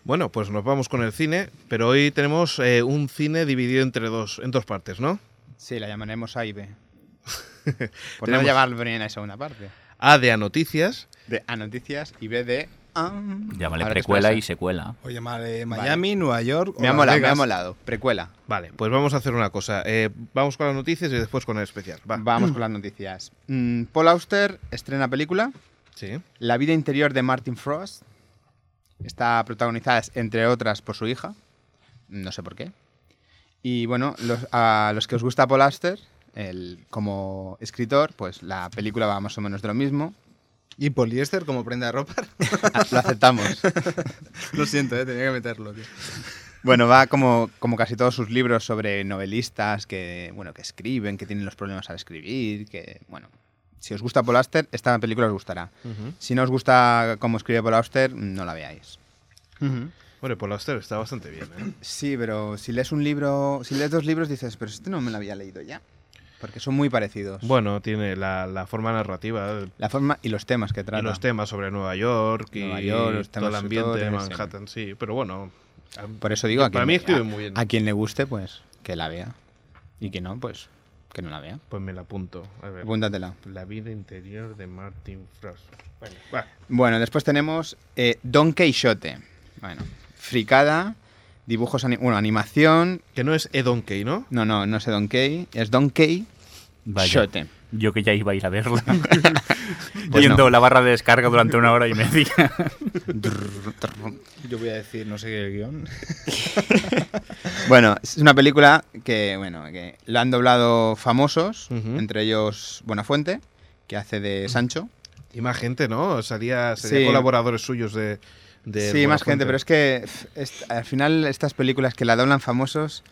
Speaker 2: Bueno, pues nos vamos con el cine, pero hoy tenemos eh, un cine dividido entre dos, en dos partes, ¿no?
Speaker 4: Sí, la llamaremos A y B. Por no
Speaker 2: Tenemos-
Speaker 4: llamar bien a segunda parte.
Speaker 2: A de A Noticias,
Speaker 4: De A Noticias y B de A.
Speaker 5: Llámale
Speaker 4: Ahora que
Speaker 5: precuela
Speaker 4: espera.
Speaker 5: y secuela.
Speaker 3: Oye, madre, Miami, Nueva York. o
Speaker 4: Me ha
Speaker 3: Las
Speaker 4: molado, me
Speaker 3: Vegas.
Speaker 4: ha molado. Precuela.
Speaker 2: Vale, pues vamos a hacer una cosa. Eh, vamos con las noticias y después con el especial. Va.
Speaker 4: Vamos con las noticias. Mm, Paul Auster estrena película.
Speaker 2: Sí.
Speaker 4: La vida interior de Martin Frost. Está protagonizada, entre otras, por su hija. No sé por qué. Y bueno, los- a los que os gusta Paul Auster, el, como escritor, pues la película va más o menos de lo mismo.
Speaker 3: Y poliéster como prenda de ropa.
Speaker 4: Ah, Lo aceptamos.
Speaker 3: Lo siento, eh, tenía que meterlo, tío.
Speaker 4: Bueno, va como, como casi todos sus libros sobre novelistas que, bueno, que escriben, que tienen los problemas al escribir, que, bueno, si os gusta Paul Auster, esta película os gustará. Si no os gusta cómo escribe Paul Auster, no la veáis.
Speaker 2: Bueno, Paul Auster está bastante bien, ¿eh?
Speaker 4: Sí, pero si lees un libro, si lees dos libros dices, pero este no me lo había leído ya, porque son muy parecidos.
Speaker 2: Bueno, tiene la, la forma narrativa eh,
Speaker 4: La forma y los temas que trata.
Speaker 2: y los temas sobre Nueva York y
Speaker 4: Nueva York, los
Speaker 2: todo el
Speaker 4: temas sobre
Speaker 2: ambiente
Speaker 4: todo,
Speaker 2: de
Speaker 4: tiene que ser.
Speaker 2: Manhattan, sí. Pero bueno,
Speaker 4: Por eso digo, a
Speaker 2: Para
Speaker 4: quien,
Speaker 2: mí escribe
Speaker 4: a-
Speaker 2: muy bien.
Speaker 4: A quien le guste, pues que la vea. Y que no, pues que no la vea.
Speaker 2: pues me la apunto. A ver.
Speaker 4: Apúntatela.
Speaker 2: La vida interior de Martin Frost. Bueno, va.
Speaker 4: Bueno, después tenemos eh, Don Quixote. Bueno, fricada, dibujos, ani- bueno, animación.
Speaker 2: Que no es Edonkey, ¿no?
Speaker 4: No, no, no sé Don Key, es Don Key.
Speaker 5: Vaya.
Speaker 4: Shote.
Speaker 5: Yo que ya iba a ir a verla.
Speaker 4: Pues
Speaker 5: Viendo
Speaker 4: no.
Speaker 5: la barra de descarga durante una hora y media.
Speaker 3: Yo voy a decir, no sé qué guión.
Speaker 4: Bueno, es una película que, bueno, que la han doblado famosos,
Speaker 2: Ujú.
Speaker 4: entre ellos Buenafuente, que hace de Sancho.
Speaker 2: Y más gente, ¿no? Salía, salía
Speaker 4: Sí.
Speaker 2: colaboradores suyos de. de
Speaker 4: sí, más
Speaker 2: Buenafuente.
Speaker 4: gente, pero es que pf, est- al final estas películas que la doblan famosos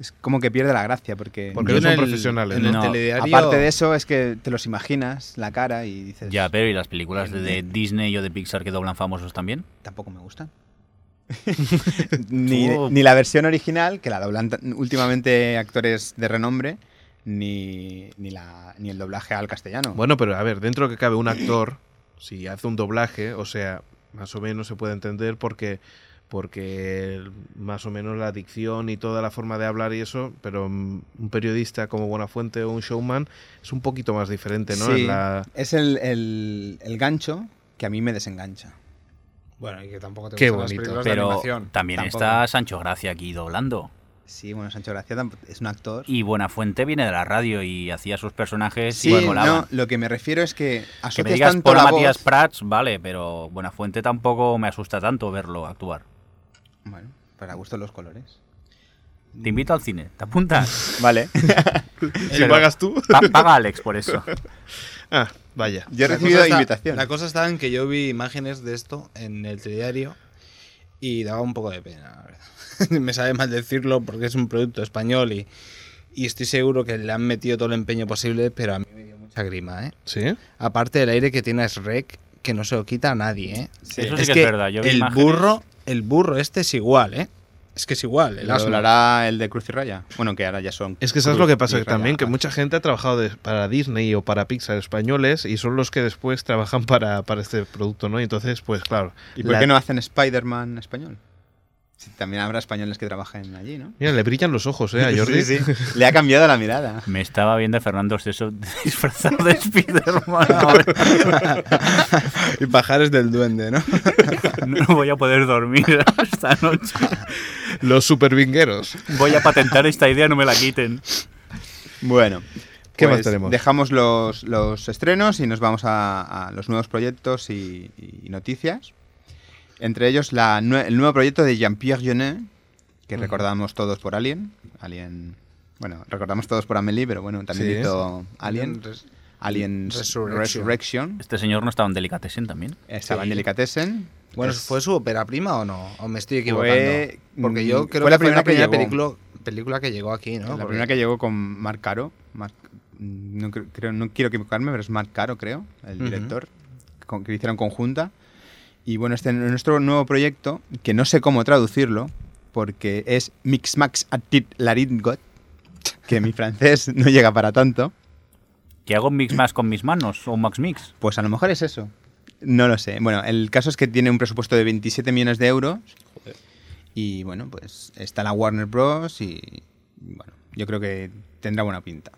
Speaker 4: es como que pierde la gracia, porque...
Speaker 2: Porque
Speaker 3: Yo
Speaker 2: no
Speaker 3: en
Speaker 2: son
Speaker 3: el-
Speaker 2: profesionales,
Speaker 3: en
Speaker 2: ¿no?
Speaker 3: el
Speaker 5: No,
Speaker 3: telediario-
Speaker 4: Aparte de eso, es que te los imaginas la cara y dices,
Speaker 5: ya, pero ¿y las películas de, de Disney o de Pixar que doblan famosos también?
Speaker 4: tampoco me gustan. ni,
Speaker 5: Oh.
Speaker 4: ni la versión original, que la doblan tan- últimamente actores de renombre, ni, ni, la, ni el doblaje al castellano.
Speaker 2: Bueno, pero a ver, dentro que cabe un actor, si hace un doblaje, o sea, más o menos se puede entender porque porque más o menos la dicción y toda la forma de hablar y eso, pero mm, un periodista como Buenafuente o un showman es un poquito más diferente, ¿no?
Speaker 4: Sí,
Speaker 2: En la-
Speaker 4: Es el, el- el gancho que a mí me desengancha.
Speaker 3: Bueno, y que tampoco te
Speaker 2: Qué
Speaker 3: gustan las
Speaker 2: bonito.
Speaker 3: películas de
Speaker 5: Pero
Speaker 3: animación.
Speaker 5: también
Speaker 4: tampoco.
Speaker 5: está Sancho Gracia aquí doblando.
Speaker 4: Sí, bueno, Sancho Gracia tamp- es un actor.
Speaker 5: Y Buenafuente viene de la radio y hacía sus personajes
Speaker 4: Sí,
Speaker 5: y molaban.
Speaker 4: no, lo que me refiero es que
Speaker 5: que
Speaker 4: asocias
Speaker 5: me digas
Speaker 4: tanto
Speaker 5: por
Speaker 4: la
Speaker 5: Matías
Speaker 4: voz...
Speaker 5: Prats, vale, pero Buenafuente tampoco me asusta tanto verlo actuar.
Speaker 4: Bueno, para gusto los colores.
Speaker 5: Te invito al cine, ¿te apuntas?
Speaker 4: Vale.
Speaker 2: Si pagas tú.
Speaker 5: Pa- paga a Alex por eso.
Speaker 2: Ah, vaya.
Speaker 4: Yo he
Speaker 3: La cosa
Speaker 4: recibido
Speaker 3: está-
Speaker 4: invitación.
Speaker 3: La cosa está en que yo vi imágenes de esto en el telediario y daba un poco de pena, la verdad. Me sabe mal decirlo porque es un producto español y, y estoy seguro que le han metido todo el empeño posible, pero a mí me dio mucha grima, ¿eh?
Speaker 2: ¿Sí?
Speaker 3: Aparte del aire que tiene es rec, que no se lo quita a nadie, ¿eh?
Speaker 4: Sí.
Speaker 5: Eso sí que es verdad, yo vi
Speaker 3: el
Speaker 5: imágenes-
Speaker 3: burro, el burro este es igual, ¿eh? Es que es igual, el
Speaker 4: Lo
Speaker 3: asno.
Speaker 4: hablará el de Cruz y Raya. Bueno, que ahora ya son.
Speaker 2: Es que sabes
Speaker 4: Cruz
Speaker 2: lo que pasa
Speaker 4: y
Speaker 2: que
Speaker 4: Raya.
Speaker 2: también, que mucha gente ha trabajado de- para Disney o para Pixar españoles y son los que después trabajan para, para este producto, ¿no? Y entonces, pues claro.
Speaker 4: ¿Y por
Speaker 2: la-
Speaker 4: qué no hacen Spider-Man español? Si también habrá españoles que trabajen allí, ¿no?
Speaker 2: Mira, le brillan los ojos, ¿eh? A Jordi.
Speaker 4: Sí, sí. Le ha cambiado la mirada.
Speaker 5: Me estaba viendo a Fernando Esteso disfrazado de Spiderman. ahora.
Speaker 3: y pajares del duende, ¿no?
Speaker 5: No voy a poder dormir esta noche.
Speaker 2: Los supervingueros.
Speaker 5: Voy a patentar esta idea, no me la quiten.
Speaker 4: Bueno.
Speaker 2: ¿Qué
Speaker 4: pues
Speaker 2: más tenemos?
Speaker 4: Dejamos los, los estrenos y nos vamos a, a los nuevos proyectos y, y noticias. Entre ellos la nue- el nuevo proyecto de Jean-Pierre Jeunet, que recordamos todos por Alien. Alien. Bueno, recordamos todos por Amélie, pero bueno, también
Speaker 2: Sí.
Speaker 4: hizo Alien.
Speaker 3: Res-
Speaker 4: Alien
Speaker 3: Resurrection.
Speaker 4: Resurrection.
Speaker 5: Este señor no estaba en Delicatessen también.
Speaker 4: Estaba
Speaker 3: Sí.
Speaker 4: en Delicatessen.
Speaker 3: Bueno,
Speaker 4: Es-
Speaker 3: ¿fue su ópera prima o no? ¿O me estoy equivocando?
Speaker 4: Fue-
Speaker 3: Porque
Speaker 4: mm,
Speaker 3: yo creo
Speaker 4: fue la
Speaker 3: que fue
Speaker 4: primera
Speaker 3: la
Speaker 4: que
Speaker 3: primera
Speaker 4: llegó.
Speaker 3: película, película que llegó aquí, ¿no?
Speaker 4: La
Speaker 3: Porque
Speaker 4: primera que llegó con Marc Caro. Marc- no, cre- creo, no quiero equivocarme, pero es Marc Caro, creo, el
Speaker 3: Ujú.
Speaker 4: director, con- que hicieron conjunta. Y bueno, este nuestro nuevo proyecto, que no sé cómo traducirlo, porque es Mixmax Atit Laringot, que mi francés no llega para tanto,
Speaker 5: ¿Que hago un mix más con mis manos? ¿O un max mix?
Speaker 4: pues a lo mejor es eso. No lo sé. Bueno, el caso es que tiene un presupuesto de 27 millones de euros. Y bueno, pues está la Warner Bros. Y bueno, yo creo que tendrá buena pinta.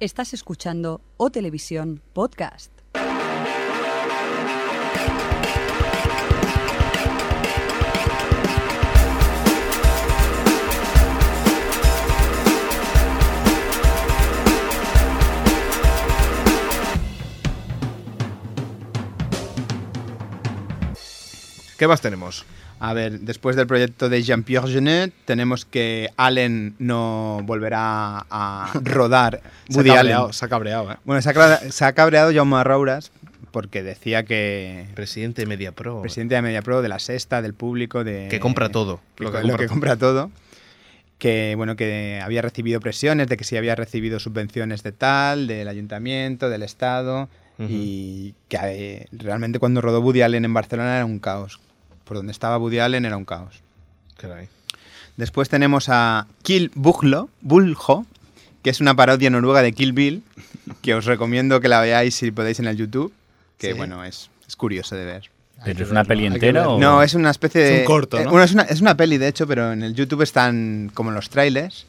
Speaker 1: Estás escuchando O Televisión Podcast.
Speaker 2: ¿Qué más tenemos?
Speaker 4: A ver, después del proyecto de Jean-Pierre Jeunet, tenemos que Allen no volverá a rodar
Speaker 3: Se
Speaker 4: Woody
Speaker 3: ha
Speaker 4: Allen.
Speaker 3: cabreado, se ha cabreado, ¿eh?
Speaker 4: Bueno, se ha, cabra- se ha cabreado Jaume Arrouras porque decía que
Speaker 2: Presidente Media Pro.
Speaker 4: presidente de MediaPro, de la Sexta, del público, de
Speaker 2: Que compra todo.
Speaker 4: que
Speaker 2: Lo que compra
Speaker 4: co- lo que
Speaker 2: todo.
Speaker 4: compra todo, que bueno que había recibido presiones de que sí había recibido subvenciones de tal, del ayuntamiento, del Estado
Speaker 2: Ujú.
Speaker 4: y que eh, realmente cuando rodó Woody Allen en Barcelona era un caos. Por donde estaba Woody Allen era un caos.
Speaker 2: Caray.
Speaker 4: Después tenemos a Kill Buglo, Buljo, que es una parodia noruega de Kill Bill, que os recomiendo que la veáis si podéis en el YouTube, que
Speaker 3: Sí.
Speaker 4: bueno, es, es curioso de ver.
Speaker 3: Hay
Speaker 5: ¿Pero
Speaker 3: que
Speaker 5: es una
Speaker 3: verlo,
Speaker 5: peli
Speaker 3: hay que
Speaker 5: entera
Speaker 3: verlo.
Speaker 5: o...?
Speaker 4: No, es una especie
Speaker 3: Es
Speaker 4: de...
Speaker 3: un corto,
Speaker 4: eh,
Speaker 3: ¿no?
Speaker 4: bueno, es, una, es una peli, de hecho, pero en el YouTube están como los trailers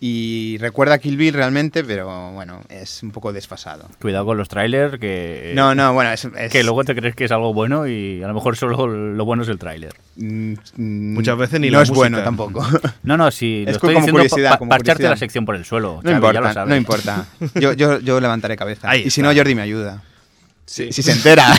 Speaker 4: y recuerda a Kill Bill realmente, pero bueno, es un poco desfasado.
Speaker 5: Cuidado con los trailers que...
Speaker 4: No, no, bueno, es... es-
Speaker 5: Eh, Que luego te crees que es algo bueno y a lo mejor solo lo bueno es el tráiler.
Speaker 4: mm, mm,
Speaker 2: Muchas veces ni
Speaker 4: No
Speaker 2: la
Speaker 4: es bueno
Speaker 2: música.
Speaker 4: tampoco.
Speaker 5: No, no, sí, lo
Speaker 4: Es
Speaker 5: estoy
Speaker 4: como
Speaker 5: diciendo
Speaker 4: curiosidad,
Speaker 5: pa-
Speaker 4: como
Speaker 5: pa- parcharte
Speaker 4: curiosidad.
Speaker 5: la sección por el suelo.
Speaker 4: No
Speaker 5: Xavi, ya lo
Speaker 4: importa,
Speaker 5: sabes.
Speaker 4: no importa. Yo, yo, yo levantaré cabeza.
Speaker 2: Ahí
Speaker 4: y si no,
Speaker 2: está.
Speaker 4: Jordi me ayuda.
Speaker 3: Sí.
Speaker 4: Si se entera.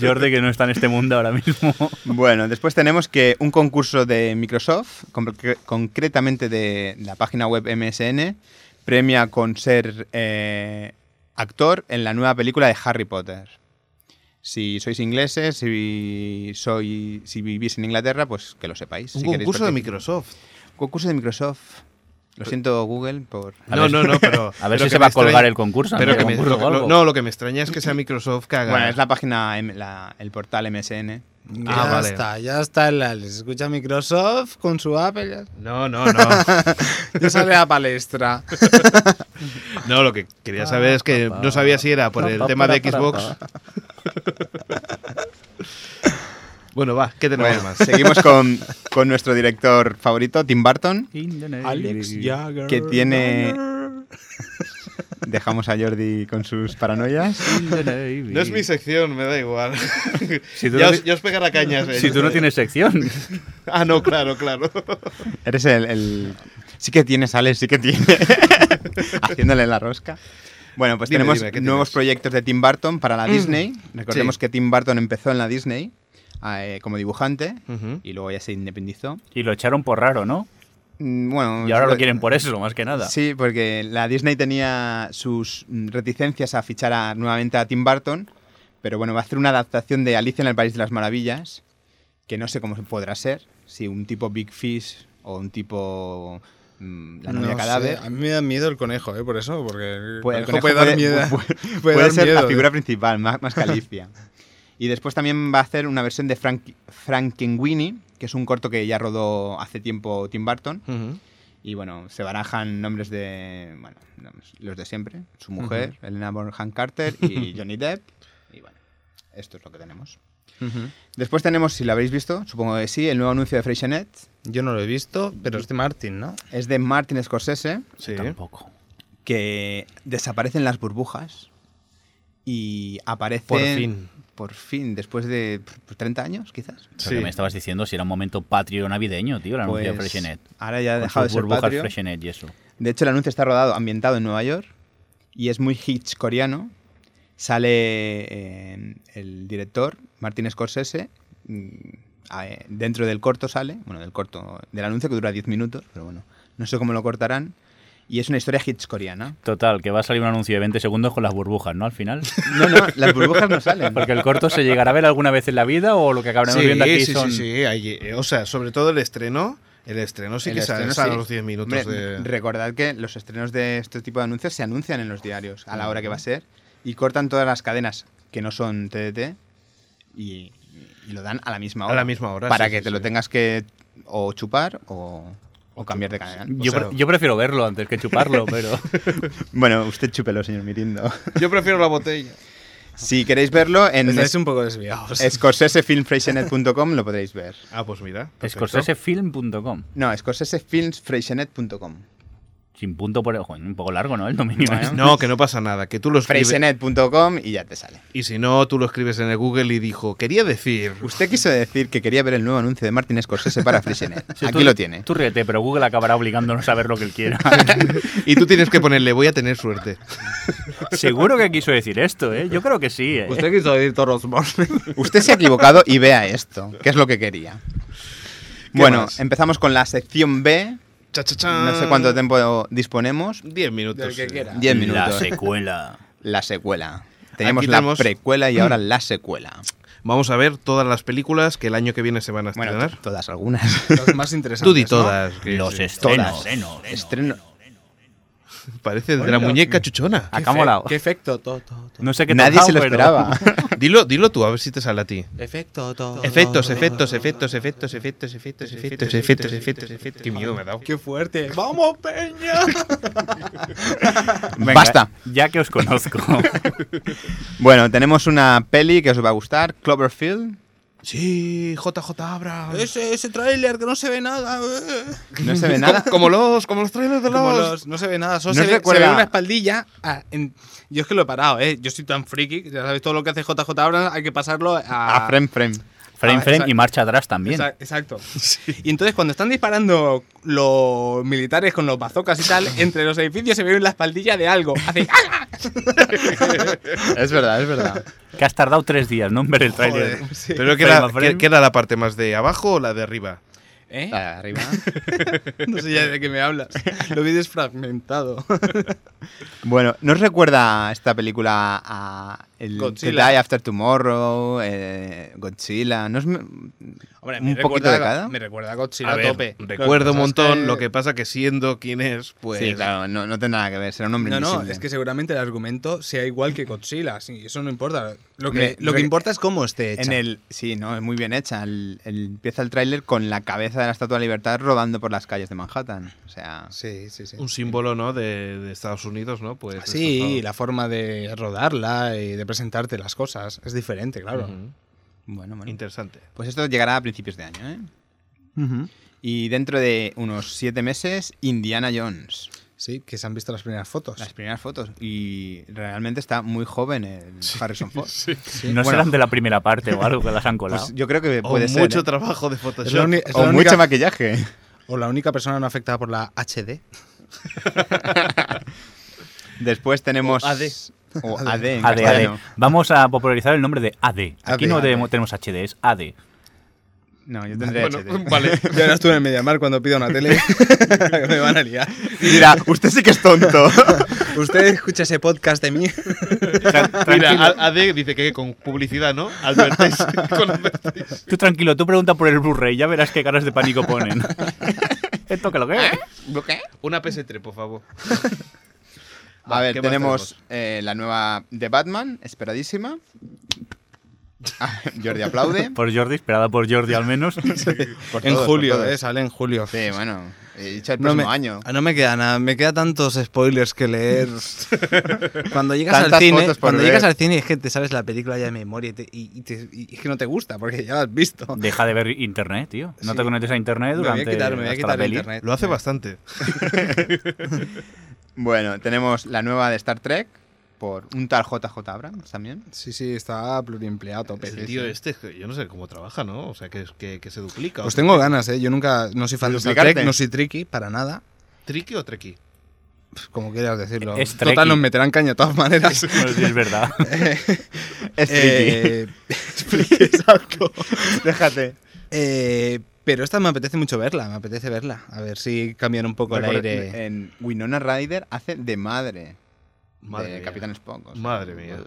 Speaker 5: Jordi que no está en este mundo ahora mismo.
Speaker 4: Bueno, después tenemos que un concurso de Microsoft, concre- concretamente de la página web MSN, premia con ser eh, actor en la nueva película de Harry Potter. Si sois ingleses, si, soy, si vivís en Inglaterra, pues que lo sepáis.
Speaker 2: Un
Speaker 4: si queréis
Speaker 2: concurso de
Speaker 4: participar.
Speaker 2: Microsoft.
Speaker 4: Concurso de Microsoft. Lo siento, Google, por...
Speaker 5: A
Speaker 2: no,
Speaker 5: ver-
Speaker 2: no, no, pero.
Speaker 5: A
Speaker 2: pero
Speaker 5: ver si
Speaker 2: que
Speaker 5: se
Speaker 2: me
Speaker 5: va a colgar
Speaker 2: extraña-
Speaker 5: el concurso.
Speaker 2: Pero
Speaker 5: ¿no?
Speaker 2: que me-
Speaker 5: concurso o
Speaker 2: lo-
Speaker 5: algo.
Speaker 2: no, lo que me extraña es que sea Microsoft que haga.
Speaker 4: Bueno, es la página, M- la- el portal MSN.
Speaker 3: Ya
Speaker 2: Ah, vale.
Speaker 3: está, ya está en la. Les escucha Microsoft con su Apple. Ya,
Speaker 2: No, no, no.
Speaker 3: ya sale a la palestra.
Speaker 2: No, lo que quería saber es que no sabía si era por el tema de Xbox. Bueno, va, ¿qué tenemos
Speaker 4: Bueno,
Speaker 2: más?
Speaker 4: seguimos con, con nuestro director favorito, Tim Burton,
Speaker 3: Alex Jagger.
Speaker 4: que tiene... Dejamos a Jordi con sus paranoias.
Speaker 2: No es mi sección, me da igual.
Speaker 5: Si tú
Speaker 2: ya,
Speaker 5: no
Speaker 2: os,
Speaker 5: ti-
Speaker 2: ya os pegará cañas. eh.
Speaker 5: Si tú no tienes sección.
Speaker 2: Ah, no, claro, claro.
Speaker 4: Eres el, el- Sí que tienes, Alex, sí que tiene. Haciéndole la rosca. Bueno, pues
Speaker 2: Dime,
Speaker 4: tenemos
Speaker 2: dime, ¿qué
Speaker 4: nuevos
Speaker 2: tienes? Mm.
Speaker 4: proyectos de Tim Burton para la Disney. Recordemos
Speaker 2: Sí.
Speaker 4: que Tim Burton empezó en la Disney eh, como dibujante
Speaker 2: Ujú.
Speaker 4: y luego ya se independizó.
Speaker 5: Y lo echaron por raro, ¿no?
Speaker 4: Mm, Bueno,
Speaker 5: Y ahora lo
Speaker 4: sobre-
Speaker 5: quieren por eso, más que nada.
Speaker 4: Sí, porque la Disney tenía sus mm, reticencias a fichar a- nuevamente a Tim Burton, pero bueno, va a hacer una adaptación de Alicia en el País de las Maravillas, que no sé cómo podrá ser, si un tipo Big Fish o un tipo mm, La novia
Speaker 3: No sé,
Speaker 4: cadáver.
Speaker 3: A mí me da miedo el conejo, ¿eh? Por eso, porque el
Speaker 4: Pues el
Speaker 3: conejo puede dar miedo.
Speaker 4: puede-
Speaker 3: puede
Speaker 4: puede
Speaker 3: dar
Speaker 4: ser la
Speaker 3: miedo,
Speaker 4: figura
Speaker 3: ¿eh?
Speaker 4: principal, más, más calicia. y después también va a hacer una versión de Frank, Frankenweenie, que es un corto que ya rodó hace tiempo Tim Burton.
Speaker 2: Ujú.
Speaker 4: Y bueno, se barajan nombres de. Bueno, nombres- los de siempre. Su mujer, Elena Bonham Carter y Johnny Depp. Y bueno, esto es lo que tenemos. Después tenemos, si lo habéis visto, supongo que sí, el nuevo anuncio de Freixenet.
Speaker 3: Yo no lo he visto, pero es de Martin, ¿no?
Speaker 4: Es de Martin Scorsese,
Speaker 2: Sí.
Speaker 5: Tampoco.
Speaker 4: que desaparecen las burbujas y aparece.
Speaker 2: Por fin.
Speaker 4: Por fin, después de pues, 30 años, quizás.
Speaker 5: Lo
Speaker 2: Sí.
Speaker 5: que me estabas diciendo si era un momento patrio navideño, tío, el anuncio de
Speaker 4: Pues,
Speaker 5: Freshenet.
Speaker 4: Ahora ya ha
Speaker 5: Con
Speaker 4: dejado de
Speaker 5: sus
Speaker 4: ser
Speaker 5: burbujas
Speaker 4: patrio.
Speaker 5: Freshenet y eso.
Speaker 4: De hecho, el anuncio está rodado, ambientado en Nueva York y es muy hitch coreano. Sale eh, el director, Martin Scorsese, mm, a- eh, dentro del corto sale, bueno, del corto, del anuncio que dura 10 minutos, pero bueno, no sé cómo lo cortarán. Y es una historia hitch coreana.
Speaker 5: Total, que va a salir un anuncio de 20 segundos con las burbujas, ¿no? Al final.
Speaker 4: No, no, las burbujas no salen.
Speaker 5: Porque el corto se llegará a ver alguna vez en la vida o lo que acabaremos
Speaker 2: Sí,
Speaker 5: viendo aquí
Speaker 2: sí,
Speaker 5: son...
Speaker 2: sí, sí, ahí, eh, o sea, sobre todo el estreno. El estreno sí
Speaker 4: El
Speaker 2: que sale,
Speaker 4: estreno,
Speaker 2: sale
Speaker 4: sí.
Speaker 2: a los 10 minutos
Speaker 4: Hombre,
Speaker 2: de...
Speaker 4: Recordad que los estrenos de este tipo de anuncios se anuncian en los diarios a la hora que va a ser y cortan todas las cadenas que no son TDT y, y lo dan a la misma
Speaker 2: A
Speaker 4: hora.
Speaker 2: la misma hora,
Speaker 4: Para
Speaker 2: sí,
Speaker 4: que
Speaker 2: sí,
Speaker 4: te
Speaker 2: sí.
Speaker 4: lo tengas que o chupar o, o cambiar de cadena.
Speaker 5: Yo,
Speaker 2: O sea-
Speaker 5: pre- yo prefiero verlo antes que chuparlo, pero...
Speaker 4: Bueno, usted chúpelo, señor Mirindo.
Speaker 2: Yo prefiero la botella.
Speaker 4: si queréis verlo en
Speaker 3: Estáis un poco desviados.
Speaker 4: scorsesefilmfreixenet.com lo podréis ver.
Speaker 2: Ah, pues mira. perfecto.
Speaker 5: Scorsesefilm.com.
Speaker 4: No, scorsesefilmsfreixenet.com.
Speaker 5: Sin punto por... Joder, un poco largo, ¿no? El dominio. este.
Speaker 4: Bueno.
Speaker 2: No, que no pasa nada, que tú lo escribes...
Speaker 4: Freixenet.com y ya te sale.
Speaker 2: Y si no, tú lo escribes en el Google y dijo, quería decir...
Speaker 4: Usted quiso decir que quería ver el nuevo anuncio de Martin Scorsese para Freixenet.
Speaker 5: Sí,
Speaker 4: Aquí
Speaker 5: tú-
Speaker 4: lo tiene.
Speaker 5: Tú ríete, pero Google acabará obligándonos a ver lo que él quiera.
Speaker 2: Y tú tienes que ponerle, voy a tener suerte.
Speaker 5: Seguro que quiso decir esto, ¿eh? Yo creo que sí, ¿eh?
Speaker 3: quiso decir Toros Morning.
Speaker 4: Usted se ha equivocado y vea esto, que es lo que quería. Bueno,
Speaker 2: más?
Speaker 4: empezamos con la sección B.
Speaker 2: Cha, cha, cha.
Speaker 4: No sé cuánto tiempo disponemos.
Speaker 2: 10 minutos.
Speaker 3: Del que
Speaker 2: eh.
Speaker 3: quiera.
Speaker 4: 10
Speaker 5: La
Speaker 4: minutos.
Speaker 5: secuela.
Speaker 4: La secuela. Tenemos
Speaker 2: Aquí
Speaker 4: la
Speaker 2: tenemos-
Speaker 4: precuela y ahora la secuela.
Speaker 2: Vamos a ver todas las películas que el año que viene se van a
Speaker 4: Bueno,
Speaker 2: estrenar.
Speaker 4: to- todas algunas.
Speaker 3: Los más interesantes.
Speaker 2: tú di
Speaker 3: ¿no?
Speaker 2: todas. que
Speaker 5: Los
Speaker 2: sí.
Speaker 5: estrenos.
Speaker 4: Todas. Estreno.
Speaker 2: Parece de la muñeca chuchona.
Speaker 5: Ah,
Speaker 3: Qué
Speaker 5: que ha molado.
Speaker 3: Qué efecto, todo, todo, todo.
Speaker 5: No sé qué
Speaker 4: Nadie
Speaker 5: tocado,
Speaker 4: se lo
Speaker 5: pero-
Speaker 4: esperaba.
Speaker 2: Dilo, dilo tú, a ver si te sale a ti.
Speaker 3: Efecto, todo.
Speaker 2: Efectos,
Speaker 3: todo,
Speaker 2: efectos,
Speaker 3: todo,
Speaker 2: efectos, efectos, efectos, efectos, efectos, efectos, efectos, efectos. Qué miedo me ha dado.
Speaker 3: Qué fuerte. ¡Vamos, Peña!
Speaker 5: Venga,
Speaker 4: Basta.
Speaker 5: Ya que os conozco.
Speaker 4: Bueno, tenemos una peli que os va a gustar, Cloverfield.
Speaker 2: Sí, JJ Abrams.
Speaker 3: ese, ese trailer que no se ve nada. eh.
Speaker 4: No se ve nada.
Speaker 2: Como los, como los trailers de
Speaker 3: Como
Speaker 2: los.
Speaker 3: los- no se ve nada, solo se,
Speaker 4: ¿No os
Speaker 3: ve,
Speaker 4: recuerda-
Speaker 3: se ve una espaldilla. Ah, en- yo es que lo he parado, ¿eh? Yo soy tan friki, ya sabes, todo lo que hace JJ Abrams hay que pasarlo a...
Speaker 4: A Ah, frame frame.
Speaker 5: Frame,
Speaker 3: Ah,
Speaker 5: frame y
Speaker 3: exacto.
Speaker 5: marcha atrás también.
Speaker 3: Exa- Exacto. Y entonces cuando están disparando los militares con los bazocas y tal, entre los edificios se ve la espaldilla de algo. Hace... ¡ah!
Speaker 4: Es verdad, es verdad.
Speaker 5: Que has tardado tres días, ¿no? En ver el tráiler.
Speaker 3: Joder, sí.
Speaker 2: Pero que
Speaker 5: Frame
Speaker 2: era,
Speaker 5: a frame.
Speaker 2: que- que era la parte más de abajo o la de arriba.
Speaker 3: ¿Eh?
Speaker 4: Arriba.
Speaker 3: No sé ya de qué me hablas. Lo vi desfragmentado.
Speaker 4: Bueno, ¿no os recuerda esta película a el
Speaker 3: Godzilla.
Speaker 4: The Die After Tomorrow, eh, Godzilla. No es m-
Speaker 3: Hombre, me
Speaker 4: un poquito
Speaker 3: recuerda
Speaker 4: de
Speaker 3: a-
Speaker 4: cada.
Speaker 3: Me recuerda a Godzilla
Speaker 2: A
Speaker 3: a
Speaker 2: ver,
Speaker 3: tope.
Speaker 2: recuerdo
Speaker 3: Lo
Speaker 2: un
Speaker 3: que pasa
Speaker 2: montón,
Speaker 3: es que-
Speaker 2: lo que pasa que siendo quien es, pues...
Speaker 4: sí, claro, no, no tiene nada que ver, será un hombre
Speaker 3: No, no,
Speaker 4: invisible.
Speaker 3: es que seguramente el argumento sea igual que Godzilla, sí, eso no importa. Lo que,
Speaker 4: Hombre,
Speaker 3: lo que
Speaker 4: re-
Speaker 3: importa es cómo esté hecha.
Speaker 4: en el, sí, no, es muy bien hecha. El- el- empieza el tráiler con la cabeza de la Estatua de la Libertad rodando por las calles de Manhattan. O sea,
Speaker 3: Sí, sí, sí.
Speaker 2: Un símbolo, ¿no? De, de Estados Unidos, ¿no? Pues...
Speaker 3: Sí,
Speaker 2: eso,
Speaker 3: la forma de rodarla y de presentarte las cosas es diferente, claro.
Speaker 2: Ujú.
Speaker 4: bueno, bueno.
Speaker 2: Interesante.
Speaker 4: Pues esto llegará a principios de año, ¿eh? Y dentro de unos siete meses, Indiana Jones.
Speaker 3: Sí, que se han visto las primeras fotos.
Speaker 4: Las primeras fotos. Y realmente está muy joven el Harrison Ford.
Speaker 5: No
Speaker 4: Bueno.
Speaker 5: serán de la primera parte o algo que las han colado.
Speaker 4: Pues yo creo que
Speaker 2: O
Speaker 4: puede ser.
Speaker 2: mucho
Speaker 4: ¿eh?
Speaker 2: trabajo de
Speaker 3: Es la
Speaker 2: Photoshop.
Speaker 3: uni- es la
Speaker 4: O mucho
Speaker 3: única-
Speaker 4: maquillaje.
Speaker 3: o la única persona no afectada por la HD.
Speaker 4: Después tenemos.
Speaker 3: O AD.
Speaker 4: O AD. en
Speaker 5: AD,
Speaker 4: castellano.
Speaker 5: AD. Vamos a popularizar el nombre de AD. Aquí
Speaker 3: AD.
Speaker 5: no debemos- tenemos HD, es AD.
Speaker 4: No, yo tendré
Speaker 2: Bueno,
Speaker 4: HD.
Speaker 2: vale.
Speaker 3: Ya verás tú en el Mediamar cuando pida una tele. que me van a liar.
Speaker 4: Y dirá, usted sí que es tonto.
Speaker 3: Usted escucha ese podcast de mí.
Speaker 2: Mira, A- AD dice que con publicidad, ¿no? Advertise. con advertise.
Speaker 5: Tú tranquilo, tú pregunta por el Blu-ray, ya verás qué caras de pánico ponen. ¿Esto que lo que es?
Speaker 2: Una PS3, por favor.
Speaker 4: A ver,
Speaker 2: ¿qué más
Speaker 4: tenemos eh, la nueva de Batman, esperadísima. Ah, Jordi
Speaker 3: ¿Eh?
Speaker 4: aplaude.
Speaker 5: Por Jordi, esperada por Jordi al menos.
Speaker 4: Por
Speaker 3: en
Speaker 4: todos, por
Speaker 3: julio,
Speaker 4: todos.
Speaker 3: eh, sale en julio.
Speaker 4: Sí, bueno. He dicho el
Speaker 3: No
Speaker 4: próximo
Speaker 3: me,
Speaker 4: año.
Speaker 3: ah, no me queda nada, me queda tantos spoilers que leer. cuando llegas
Speaker 4: Tantas
Speaker 3: al cine,
Speaker 4: fotos por
Speaker 3: cuando llegas
Speaker 4: ver.
Speaker 3: al cine es que te sabes la película ya de memoria y, te- y- y te- y es que no te gusta porque ya la has visto.
Speaker 5: Deja de ver internet, tío. No
Speaker 3: Sí.
Speaker 5: te conectes a internet
Speaker 3: Me voy
Speaker 5: durante
Speaker 3: a quitar, me voy a
Speaker 5: hasta
Speaker 3: quitar
Speaker 5: la
Speaker 3: el
Speaker 5: peli.
Speaker 3: internet.
Speaker 2: Lo hace bastante.
Speaker 4: Bueno, tenemos la nueva de Star Trek por un tal JJ Abrams también.
Speaker 3: Sí, sí, está pluriempleado a tope.
Speaker 2: El tío este, yo no sé cómo trabaja, ¿no? O sea, que, que, que se duplica.
Speaker 3: Pues
Speaker 2: ¿O
Speaker 3: tengo ganas, ¿eh? Yo nunca, no soy fan de Star
Speaker 4: Duplicarte.
Speaker 3: Trek, no soy tricky para nada,
Speaker 2: ¿Triqui o trequi?
Speaker 3: Pf, como quieras decirlo.
Speaker 5: Es
Speaker 3: Total,
Speaker 5: trekkie.
Speaker 3: nos meterán caña de todas maneras.
Speaker 5: Bueno, Pues sí, es verdad.
Speaker 4: Es
Speaker 3: Eh,
Speaker 4: exacto. Déjate.
Speaker 3: eh, pero esta me apetece mucho verla, me apetece verla. A ver si cambian un poco el aire.
Speaker 4: En Winona Ryder hace de madre, de
Speaker 2: mía.
Speaker 4: Capitán Spock. o sea.
Speaker 2: Madre mía. eh,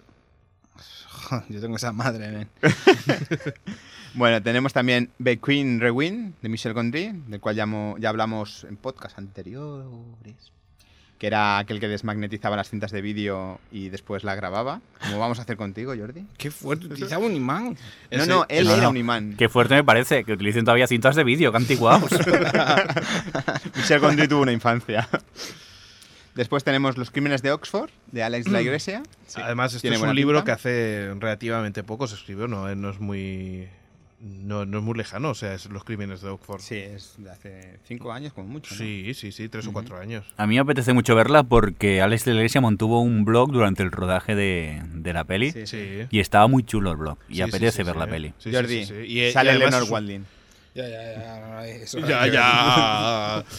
Speaker 3: Joder, Yo tengo esa madre, nen.
Speaker 4: Bueno, tenemos también The Queen Rewind de Michel Gondry, del cual ya, mo- ya hablamos en podcast anteriores, que era aquel que desmagnetizaba las cintas de vídeo y después la grababa. Como vamos a hacer contigo, Jordi.
Speaker 3: Qué fuerte, utilizaba un imán.
Speaker 4: No,
Speaker 2: Ese-
Speaker 4: no, él
Speaker 5: No,
Speaker 4: era
Speaker 5: no.
Speaker 4: un imán.
Speaker 5: Qué fuerte me parece que utilicen todavía cintas de vídeo, que antiguados.
Speaker 4: Michel Gondry tuvo una infancia. Después tenemos Los Crímenes de Oxford, de
Speaker 2: Mm.
Speaker 4: Alex de la Iglesia.
Speaker 2: Además, este
Speaker 4: Tiene
Speaker 2: es
Speaker 4: buena
Speaker 2: un libro
Speaker 4: pinta.
Speaker 2: que hace relativamente poco se escribió, no, Eh, no es muy no, no es muy lejano, o sea, es Los crímenes de Oxford.
Speaker 4: Sí, es de hace cinco años, como mucho. ¿no?
Speaker 2: sí, sí, sí, tres o cuatro años.
Speaker 5: A mí me apetece mucho verla porque Alex de la Iglesia mantuvo un blog durante el rodaje de, de la peli
Speaker 4: Sí,
Speaker 2: Sí.
Speaker 5: y estaba muy chulo el blog y
Speaker 2: Sí, sí,
Speaker 5: apetece
Speaker 2: sí,
Speaker 5: ver
Speaker 2: sí.
Speaker 5: la peli.
Speaker 2: Sí, sí,
Speaker 4: Jordi,
Speaker 2: sí, sí. Y, eh, y
Speaker 4: sale
Speaker 2: además
Speaker 4: Leonard
Speaker 2: es un-
Speaker 4: Waldin.
Speaker 3: Ya, ya, ya. no, eso no
Speaker 2: Ya,
Speaker 3: hay que ver.
Speaker 2: ya.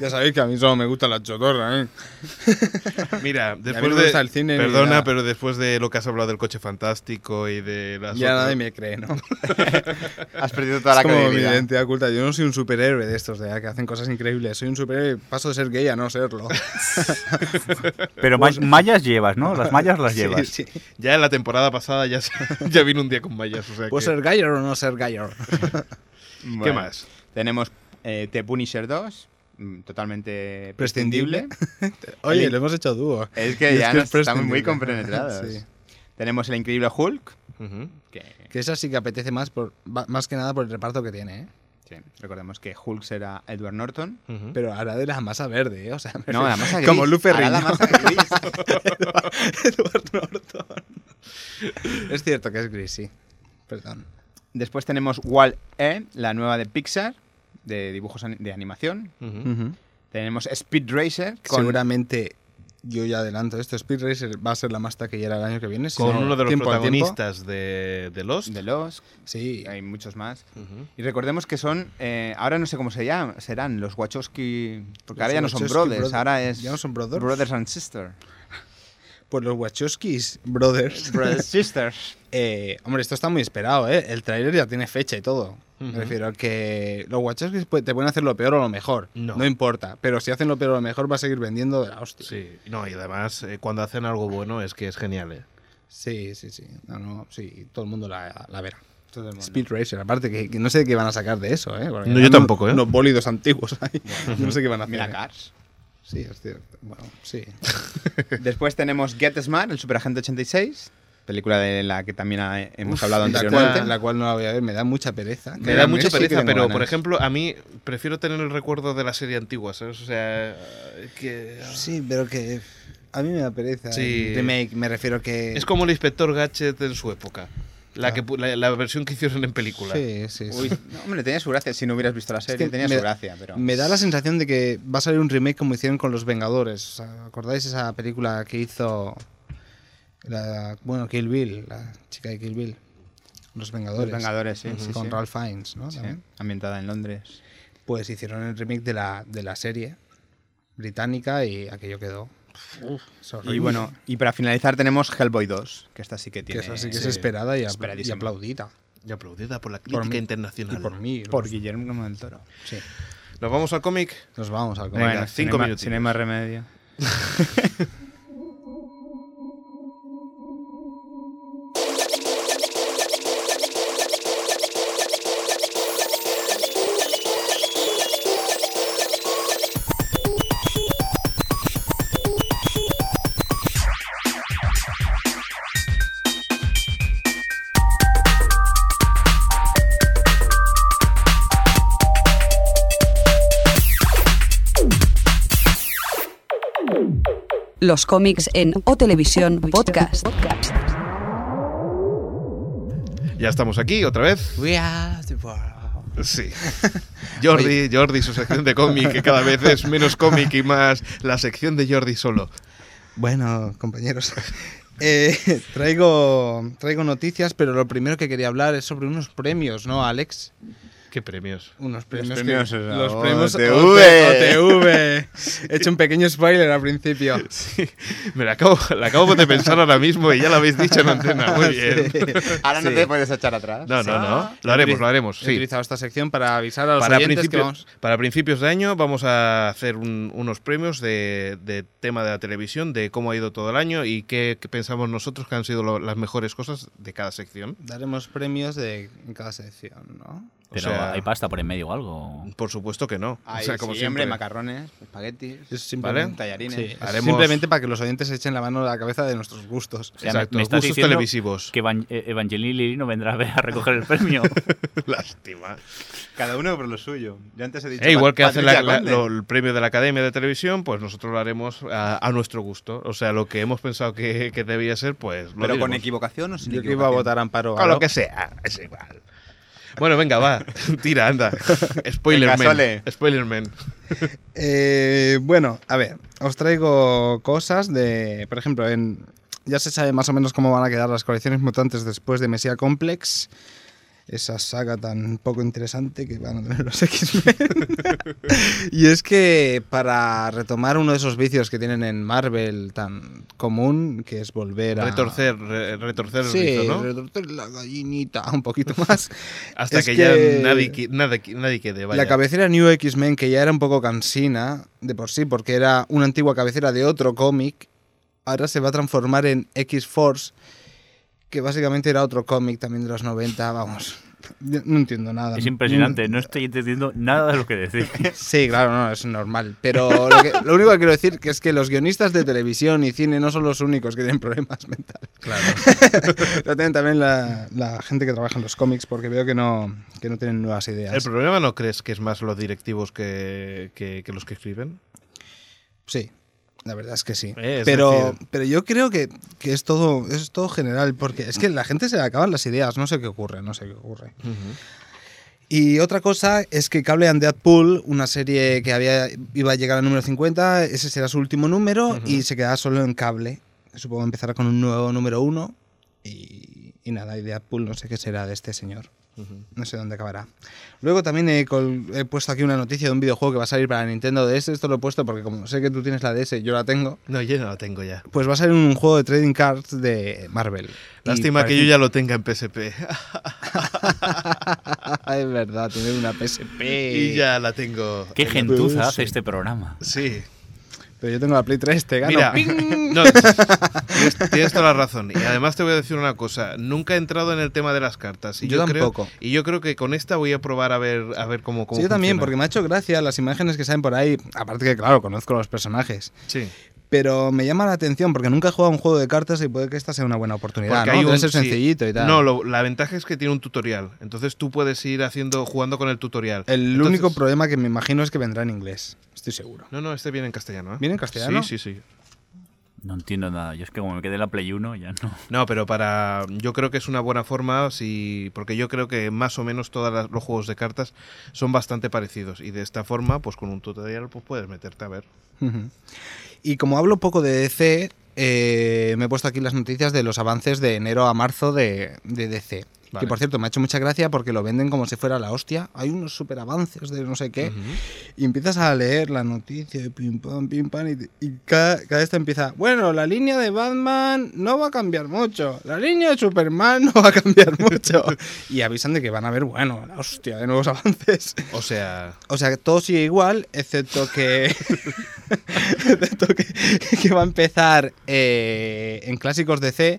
Speaker 3: Ya sabéis que a mí solo me gustan las chotorras, ¿eh?
Speaker 2: Mira,
Speaker 3: no
Speaker 2: después
Speaker 3: me
Speaker 2: de
Speaker 3: gusta el cine ni
Speaker 2: perdona,
Speaker 3: nada.
Speaker 2: pero después de lo que has hablado del coche fantástico y de las
Speaker 3: Ya
Speaker 2: otras-
Speaker 3: nadie me cree, ¿no?
Speaker 4: Has perdido toda
Speaker 3: Es
Speaker 4: la
Speaker 3: como mi
Speaker 4: credibilidad.
Speaker 3: identidad oculta. Yo no soy un superhéroe de estos, de ah, que hacen cosas increíbles. Soy un superhéroe, paso de ser gay a no serlo.
Speaker 5: Pero ma- mallas llevas, ¿no? Las mallas las llevas.
Speaker 3: pues Sí, sí.
Speaker 2: Ya en la temporada pasada ya, se- ya vino un día con mayas, o sea
Speaker 3: ¿Puedo
Speaker 2: que-
Speaker 3: ser gayer o no ser gayer?
Speaker 2: ¿Qué
Speaker 4: Bueno,
Speaker 2: más?
Speaker 4: Tenemos eh, The Punisher 2, mm, totalmente
Speaker 3: Prescindible.
Speaker 4: prescindible.
Speaker 3: Oye,
Speaker 4: Oye,
Speaker 3: lo hemos hecho dúo.
Speaker 4: es que
Speaker 3: Y es
Speaker 4: ya
Speaker 3: que
Speaker 4: nos
Speaker 3: es
Speaker 4: estamos
Speaker 3: prescindible.
Speaker 4: muy compenetrados.
Speaker 3: Sí.
Speaker 4: Tenemos el increíble Hulk,
Speaker 2: Ujú.
Speaker 4: que
Speaker 3: Que esa sí que apetece más, por, va- más que nada por el reparto que tiene, ¿eh?
Speaker 4: sí, recordemos que Hulk será Edward Norton.
Speaker 2: Ujú.
Speaker 3: Pero hará de la masa verde, ¿eh? O sea, me
Speaker 4: ¿Mm? No, la masa gris.
Speaker 3: Como Lou
Speaker 4: hará la
Speaker 3: Ferrigno.
Speaker 4: masa gris.
Speaker 3: Edward Norton. es cierto que es gris, sí. Perdón.
Speaker 4: Después tenemos Wall E, la nueva de Pixar, de dibujos ani- de animación.
Speaker 2: Ujú.
Speaker 4: Tenemos Speed Racer con
Speaker 3: Seguramente, yo ya adelanto esto, Speed Racer va a ser la más taquillera el año que viene. si
Speaker 2: Con
Speaker 3: no,
Speaker 2: uno de los
Speaker 3: tiempo al tiempo.
Speaker 2: protagonistas de, de Lost.
Speaker 4: de los,
Speaker 3: Sí,
Speaker 4: y hay muchos más.
Speaker 2: Ujú.
Speaker 4: Y recordemos que son, eh, ahora no sé cómo se llaman, serán los Wachowski, porque
Speaker 3: Los
Speaker 4: ahora ya no son
Speaker 3: Wachowski
Speaker 4: brothers,
Speaker 3: brother-
Speaker 4: ahora es
Speaker 3: ¿ya no son brothers?
Speaker 4: and sisters.
Speaker 3: pues los Wachowskis Brothers.
Speaker 4: Brothers sisters.
Speaker 3: eh, hombre, esto está muy esperado, ¿eh? El tráiler ya tiene fecha y todo.
Speaker 2: Ujú.
Speaker 3: Me refiero a que los Wachowskis pu- te pueden hacer lo peor o lo mejor.
Speaker 2: No.
Speaker 3: importa. Pero si hacen lo peor o lo mejor, va a seguir vendiendo de la hostia.
Speaker 2: Sí, no, y además eh, cuando hacen algo bueno es que es genial. eh.
Speaker 3: Sí, sí, sí. No, no, sí, todo el mundo la, la verá.
Speaker 4: Todo el mundo.
Speaker 3: Speed Racer, aparte, que, que no sé qué van a sacar de eso, ¿eh? Porque
Speaker 2: No,
Speaker 3: hay
Speaker 2: yo
Speaker 3: unos-
Speaker 2: tampoco, ¿eh?
Speaker 3: Unos bólidos antiguos ahí. No sé qué van a hacer.
Speaker 4: Mira,
Speaker 3: ¿eh?
Speaker 4: Cars.
Speaker 3: Sí, es cierto. Bueno, sí.
Speaker 4: Después tenemos Get Smart, el Superagente 86, película de la que también ha- hemos hablado
Speaker 3: La
Speaker 4: anteriormente.
Speaker 3: cual, la cual no la voy a ver, me da mucha pereza.
Speaker 2: Me
Speaker 4: Cada
Speaker 2: da
Speaker 4: mes
Speaker 2: mucha
Speaker 4: sí que
Speaker 2: pereza,
Speaker 4: tengo
Speaker 2: pero
Speaker 4: ganas.
Speaker 2: por ejemplo, a mí prefiero tener el recuerdo de la serie antigua, ¿sabes? O sea, eh, que.
Speaker 3: Sí, pero que a mí me da pereza.
Speaker 2: Sí.
Speaker 3: el remake, me refiero que...
Speaker 2: Es como el inspector Gadget en su época. La, que, pu- la, la versión que hicieron en película.
Speaker 3: Ah. Sí, sí, sí.
Speaker 4: Uy, no, hombre, tenía su gracia. Si no hubieras visto la
Speaker 3: Es
Speaker 4: serie,
Speaker 3: que
Speaker 4: tenía
Speaker 3: me-
Speaker 4: su gracia, pero.
Speaker 3: Me da la sensación de que va a salir un remake como hicieron con Los Vengadores. O sea, ¿Acordáis esa película que hizo. La, bueno, Kill Bill, la chica de Kill Bill. Los
Speaker 4: Los
Speaker 3: Vengadores.
Speaker 4: Vengadores, sí. sí,
Speaker 3: con
Speaker 4: sí.
Speaker 3: Ralph Fiennes, ¿no?
Speaker 4: Sí,
Speaker 3: También.
Speaker 4: ambientada en Londres.
Speaker 3: Pues hicieron el remake de la, de la serie británica y aquello quedó. Es horrible.
Speaker 4: Y bueno, y para finalizar tenemos Hellboy 2, que esta sí que
Speaker 3: que
Speaker 4: tiene.
Speaker 3: esa sí que es
Speaker 4: sí,
Speaker 3: esperada y, apl- y
Speaker 4: esperadísima.
Speaker 3: aplaudida.
Speaker 2: Y aplaudida por la
Speaker 3: Por
Speaker 2: crítica
Speaker 3: mí-
Speaker 2: internacional.
Speaker 3: Y por mí.
Speaker 4: Por Guillermo del Toro.
Speaker 3: Sí.
Speaker 2: Nos vamos al cómic.
Speaker 3: Nos vamos al
Speaker 2: Venga,
Speaker 3: comentario.
Speaker 2: cinco
Speaker 4: sin más-
Speaker 2: minutillos.
Speaker 4: sin más remedio.
Speaker 1: Los cómics en O Televisión Podcast.
Speaker 2: Ya estamos aquí otra vez. Sí. Jordi, Jordi, su sección de cómic, que cada vez es menos cómic y más la sección de Jordi solo.
Speaker 3: Bueno, compañeros, eh, traigo, traigo noticias, pero lo primero que quería hablar es sobre unos premios, ¿no, Alex?
Speaker 2: Qué premios.
Speaker 3: Unos premios.
Speaker 4: premios,
Speaker 3: que,
Speaker 4: o sea,
Speaker 3: los premios
Speaker 4: OTV.
Speaker 3: OT- OTV. He hecho un pequeño spoiler al principio.
Speaker 2: Sí. Me la acabo, la acabo de pensar ahora mismo y ya lo habéis dicho en antena. Muy bien.
Speaker 4: Ahora no
Speaker 3: Sí.
Speaker 4: te puedes echar atrás.
Speaker 2: No, no, no. Lo haremos, lo haremos.
Speaker 3: He
Speaker 2: Sí.
Speaker 3: utilizado esta sección para avisar a los
Speaker 2: Para,
Speaker 3: oyentes que
Speaker 2: principio-
Speaker 3: vamos.
Speaker 2: para principios de año vamos a hacer un- unos premios de, de tema de la televisión, de cómo ha ido todo el año y qué, qué pensamos nosotros que han sido lo- las mejores cosas de cada sección.
Speaker 3: Daremos premios de en cada sección, ¿no?
Speaker 2: O
Speaker 5: Pero
Speaker 2: sea-
Speaker 5: hay pasta por en medio o algo.
Speaker 2: Por supuesto que no.
Speaker 4: Ay,
Speaker 2: o sea, como
Speaker 4: sí,
Speaker 2: siempre.
Speaker 4: hombre, macarrones, espaguetis,
Speaker 3: Es
Speaker 2: ¿Vale?
Speaker 4: tallarines.
Speaker 3: sí, ¿eh? es
Speaker 2: Haremos-
Speaker 3: simplemente para que los oyentes se echen la mano a la cabeza de nuestros gustos.
Speaker 5: O sea,
Speaker 2: Exacto, gustos televisivos.
Speaker 5: Que Evan- eh, Evangeline Lili no vendrá a ver- a recoger el premio.
Speaker 2: Lástima.
Speaker 4: Cada uno por lo suyo. Yo antes he dicho.
Speaker 2: Eh, igual que
Speaker 4: Pat-
Speaker 2: hacen la-
Speaker 4: Patricia
Speaker 2: la-
Speaker 4: Conde.
Speaker 2: lo- el premio de la Academia de Televisión, pues nosotros lo haremos a, a nuestro gusto. O sea, lo que hemos pensado que, que debía ser, pues lo
Speaker 4: Pero con
Speaker 2: diremos.
Speaker 4: equivocación o sin
Speaker 3: Yo que iba a votar Amparo.
Speaker 2: Con lo
Speaker 3: Aro.
Speaker 2: que sea, es igual. Bueno, venga, va. Tira, anda. Spoiler
Speaker 4: Venga,
Speaker 2: man.
Speaker 4: Sole.
Speaker 2: Spoiler man.
Speaker 3: Eh, bueno, a ver, os traigo cosas de, por ejemplo, en, ya se sabe más o menos cómo van a quedar las colecciones mutantes después de Mesía Complex, esa saga tan poco interesante que van a tener los X-Men. y es que para retomar uno de esos vicios que tienen en Marvel tan común, que es volver a...
Speaker 2: Retorcer, re- retorcer
Speaker 3: Sí,
Speaker 2: el rizo, ¿no?
Speaker 3: retorcer la gallinita un poquito más.
Speaker 2: Hasta
Speaker 3: es
Speaker 2: que, ya
Speaker 3: que-
Speaker 2: nadie, qui- nada qui- nadie quede, vaya.
Speaker 3: La cabecera New X-Men, que ya era un poco cansina de por sí, porque era una antigua cabecera de otro cómic, ahora se va a transformar en X-Force, que básicamente era otro cómic también de los 90, vamos. yo No entiendo nada.
Speaker 5: Es impresionante, no estoy entendiendo nada de lo que decís.
Speaker 3: Sí, claro, no, es normal. Pero lo, que- lo único que quiero decir que es que los guionistas de televisión y cine no son los únicos que tienen problemas mentales. Claro. lo tienen también la, la gente que trabaja en los cómics, porque veo que no, que no tienen nuevas ideas.
Speaker 2: ¿El problema no crees que es más los directivos que, que- que los que escriben?
Speaker 3: Sí, la verdad es que sí.
Speaker 2: Eh, es
Speaker 3: pero,
Speaker 2: decir-
Speaker 3: pero yo creo que, que es todo es todo general, porque es que la gente se le acaban las ideas, no sé qué ocurre, no sé qué ocurre. Y otra cosa es que Cable and Deadpool, una serie que había iba a llegar al número 50, ese será su último número y se quedará solo en Cable. Supongo que empezará con un nuevo número uno y, y nada, y Deadpool no sé qué será de este señor. No sé dónde acabará. Luego también he, col- he puesto aquí una noticia de un videojuego que va a salir para Nintendo DS. Esto lo he puesto porque como sé que tú tienes la DS, yo la tengo.
Speaker 2: No, yo no lo tengo ya.
Speaker 3: Pues va a salir un juego de trading cards de Marvel.
Speaker 2: Lástima que yo ya lo tenga en PSP.
Speaker 3: ya... Ah, es verdad, tener una PSP. Eh,
Speaker 2: y ya la tengo.
Speaker 5: Qué
Speaker 2: en-
Speaker 5: gentuza hace este programa.
Speaker 2: Sí.
Speaker 3: Pero yo tengo la Play 3, te gano.
Speaker 2: Mira,
Speaker 3: ¡Ping!
Speaker 2: no, Tienes, tienes toda la razón. Y además te voy a decir una cosa. Nunca he entrado en el tema de las cartas. Y
Speaker 3: Yo
Speaker 2: creo-
Speaker 3: tampoco.
Speaker 2: y yo creo que con esta voy a probar a ver, a ver cómo, cómo
Speaker 3: Sí, yo también, porque
Speaker 2: funciona.
Speaker 3: me ha hecho gracia las imágenes que salen por ahí. Aparte que, claro, conozco los personajes.
Speaker 2: Sí.
Speaker 3: Pero me llama la atención porque nunca he jugado a un juego de cartas y puede que esta sea una buena oportunidad.
Speaker 2: Porque
Speaker 3: ¿no?
Speaker 2: hay
Speaker 3: Debe
Speaker 2: un-
Speaker 3: ser
Speaker 2: sí.
Speaker 3: sencillito y tal.
Speaker 2: No, lo- la ventaja es que tiene un tutorial. Entonces tú puedes ir haciendo, jugando con el tutorial.
Speaker 3: El
Speaker 2: Entonces-
Speaker 3: único problema que me imagino es que vendrá en inglés. Estoy seguro.
Speaker 2: No, no, este viene en castellano. ¿eh?
Speaker 3: ¿Viene en castellano?
Speaker 2: Sí, sí, sí.
Speaker 5: No entiendo nada. Yo es que como me quedé en la Play 1, ya no.
Speaker 2: No, pero para. Yo creo que es una buena forma, si, porque yo creo que más o menos todos los juegos de cartas son bastante parecidos. Y de esta forma, pues con un tutorial, pues puedes meterte a ver.
Speaker 3: Ujú. Y como hablo poco de DC, eh, me he puesto aquí las noticias de los avances de enero a marzo de, de DC.
Speaker 2: Vale.
Speaker 3: Que por cierto, me ha hecho mucha gracia porque lo venden como si fuera la hostia. Hay unos super avances de no sé qué. Y empiezas a leer la noticia de pim pam, pim pam. Y, te- y cada, cada vez te empieza. Bueno, la línea de Batman no va a cambiar mucho. La línea de Superman no va a cambiar mucho. y avisan de que van a haber, bueno, la hostia de nuevos avances.
Speaker 2: O sea,
Speaker 3: O sea, que todo sigue igual, excepto que. excepto que, que va a empezar eh, en Clásicos DC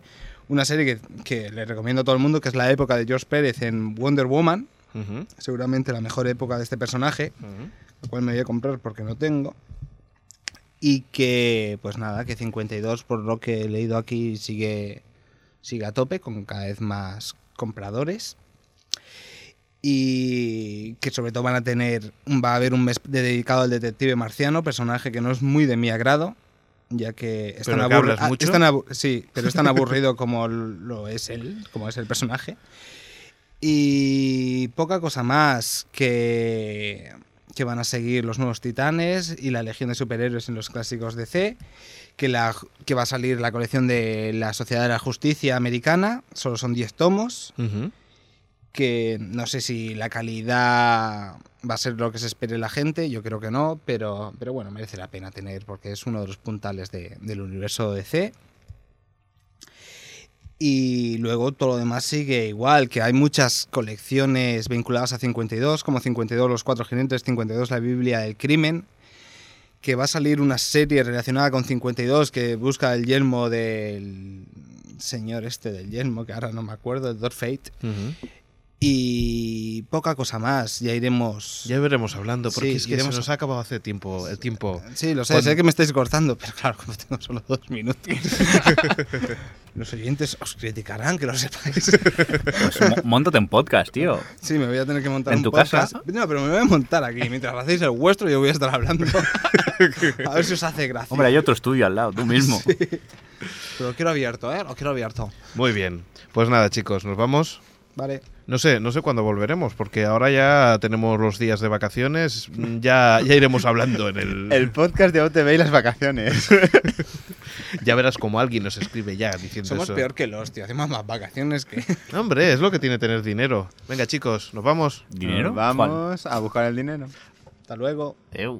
Speaker 3: una serie que, que le recomiendo a todo el mundo, que es la época de George Pérez en Wonder Woman.
Speaker 2: ujú,
Speaker 3: Seguramente la mejor época de este personaje,
Speaker 2: ujú.
Speaker 3: lo cual me voy a comprar porque no tengo. Y que, pues nada, que 52, por lo que he leído aquí, sigue, sigue a tope, con cada vez más compradores. Y que sobre todo van a tener, va a haber un mes dedicado al detective marciano, personaje que no es muy de mi agrado, ya que es tan,
Speaker 2: Pero que
Speaker 3: aburri-
Speaker 2: hablas
Speaker 3: ah, es
Speaker 2: mucho.
Speaker 3: tan abu- sí, pero es tan aburrido como lo es él, como es el personaje. Y poca cosa más que, que van a seguir los nuevos titanes y la legión de superhéroes en los clásicos DC, que, la, que va a salir la colección de la Sociedad de la Justicia Americana, solo son 10 tomos,
Speaker 2: Ujú.
Speaker 3: que no sé si la calidad va a ser lo que se espere la gente, yo creo que no, pero, pero bueno, merece la pena tener porque es uno de los puntales de- del universo DC. Y luego todo lo demás sigue igual, que hay muchas colecciones vinculadas a 52, como 52 Los Cuatro Gigantes, 52 La Biblia del Crimen, que va a salir una serie relacionada con 52 que busca el yelmo del señor este del yelmo, que ahora no me acuerdo, el Darth Fate.
Speaker 2: Ujú.
Speaker 3: Y poca cosa más, ya iremos.
Speaker 2: Ya veremos hablando, porque
Speaker 3: Sí,
Speaker 2: es que se
Speaker 3: iremos a-
Speaker 2: nos ha acabado hace tiempo el tiempo.
Speaker 3: Sí, lo sé,
Speaker 2: Cuando-
Speaker 3: sé que me estáis cortando, pero claro, como tengo solo dos minutos. los oyentes os criticarán, que lo sepáis.
Speaker 5: Pues mo- móntate en podcast, tío.
Speaker 3: Sí, me voy a tener que montar
Speaker 5: ¿En
Speaker 3: un
Speaker 5: tu
Speaker 3: podcast.
Speaker 5: casa?
Speaker 3: No, pero me voy a montar aquí. Mientras hacéis el vuestro, yo voy a estar hablando. a ver si os hace gracia.
Speaker 5: Hombre, hay otro estudio al lado, tú mismo.
Speaker 3: Pero lo quiero abierto, ¿eh? Lo quiero abierto.
Speaker 2: Muy bien. Pues nada, chicos, nos vamos.
Speaker 3: Vale.
Speaker 2: No sé, no sé cuándo volveremos, porque ahora ya tenemos los días de vacaciones, mm, ya, ya iremos hablando en el...
Speaker 4: El podcast de OTV y las vacaciones.
Speaker 2: Ya verás como alguien nos escribe ya diciendo
Speaker 3: Somos
Speaker 2: eso.
Speaker 3: peor que los, tío. Hacemos más vacaciones que.
Speaker 2: No, Hombre, es lo que tiene tener dinero. Venga, chicos, nos vamos.
Speaker 5: ¿Dinero? Juan.
Speaker 4: Vamos a buscar el dinero.
Speaker 3: Hasta luego.
Speaker 5: Eu.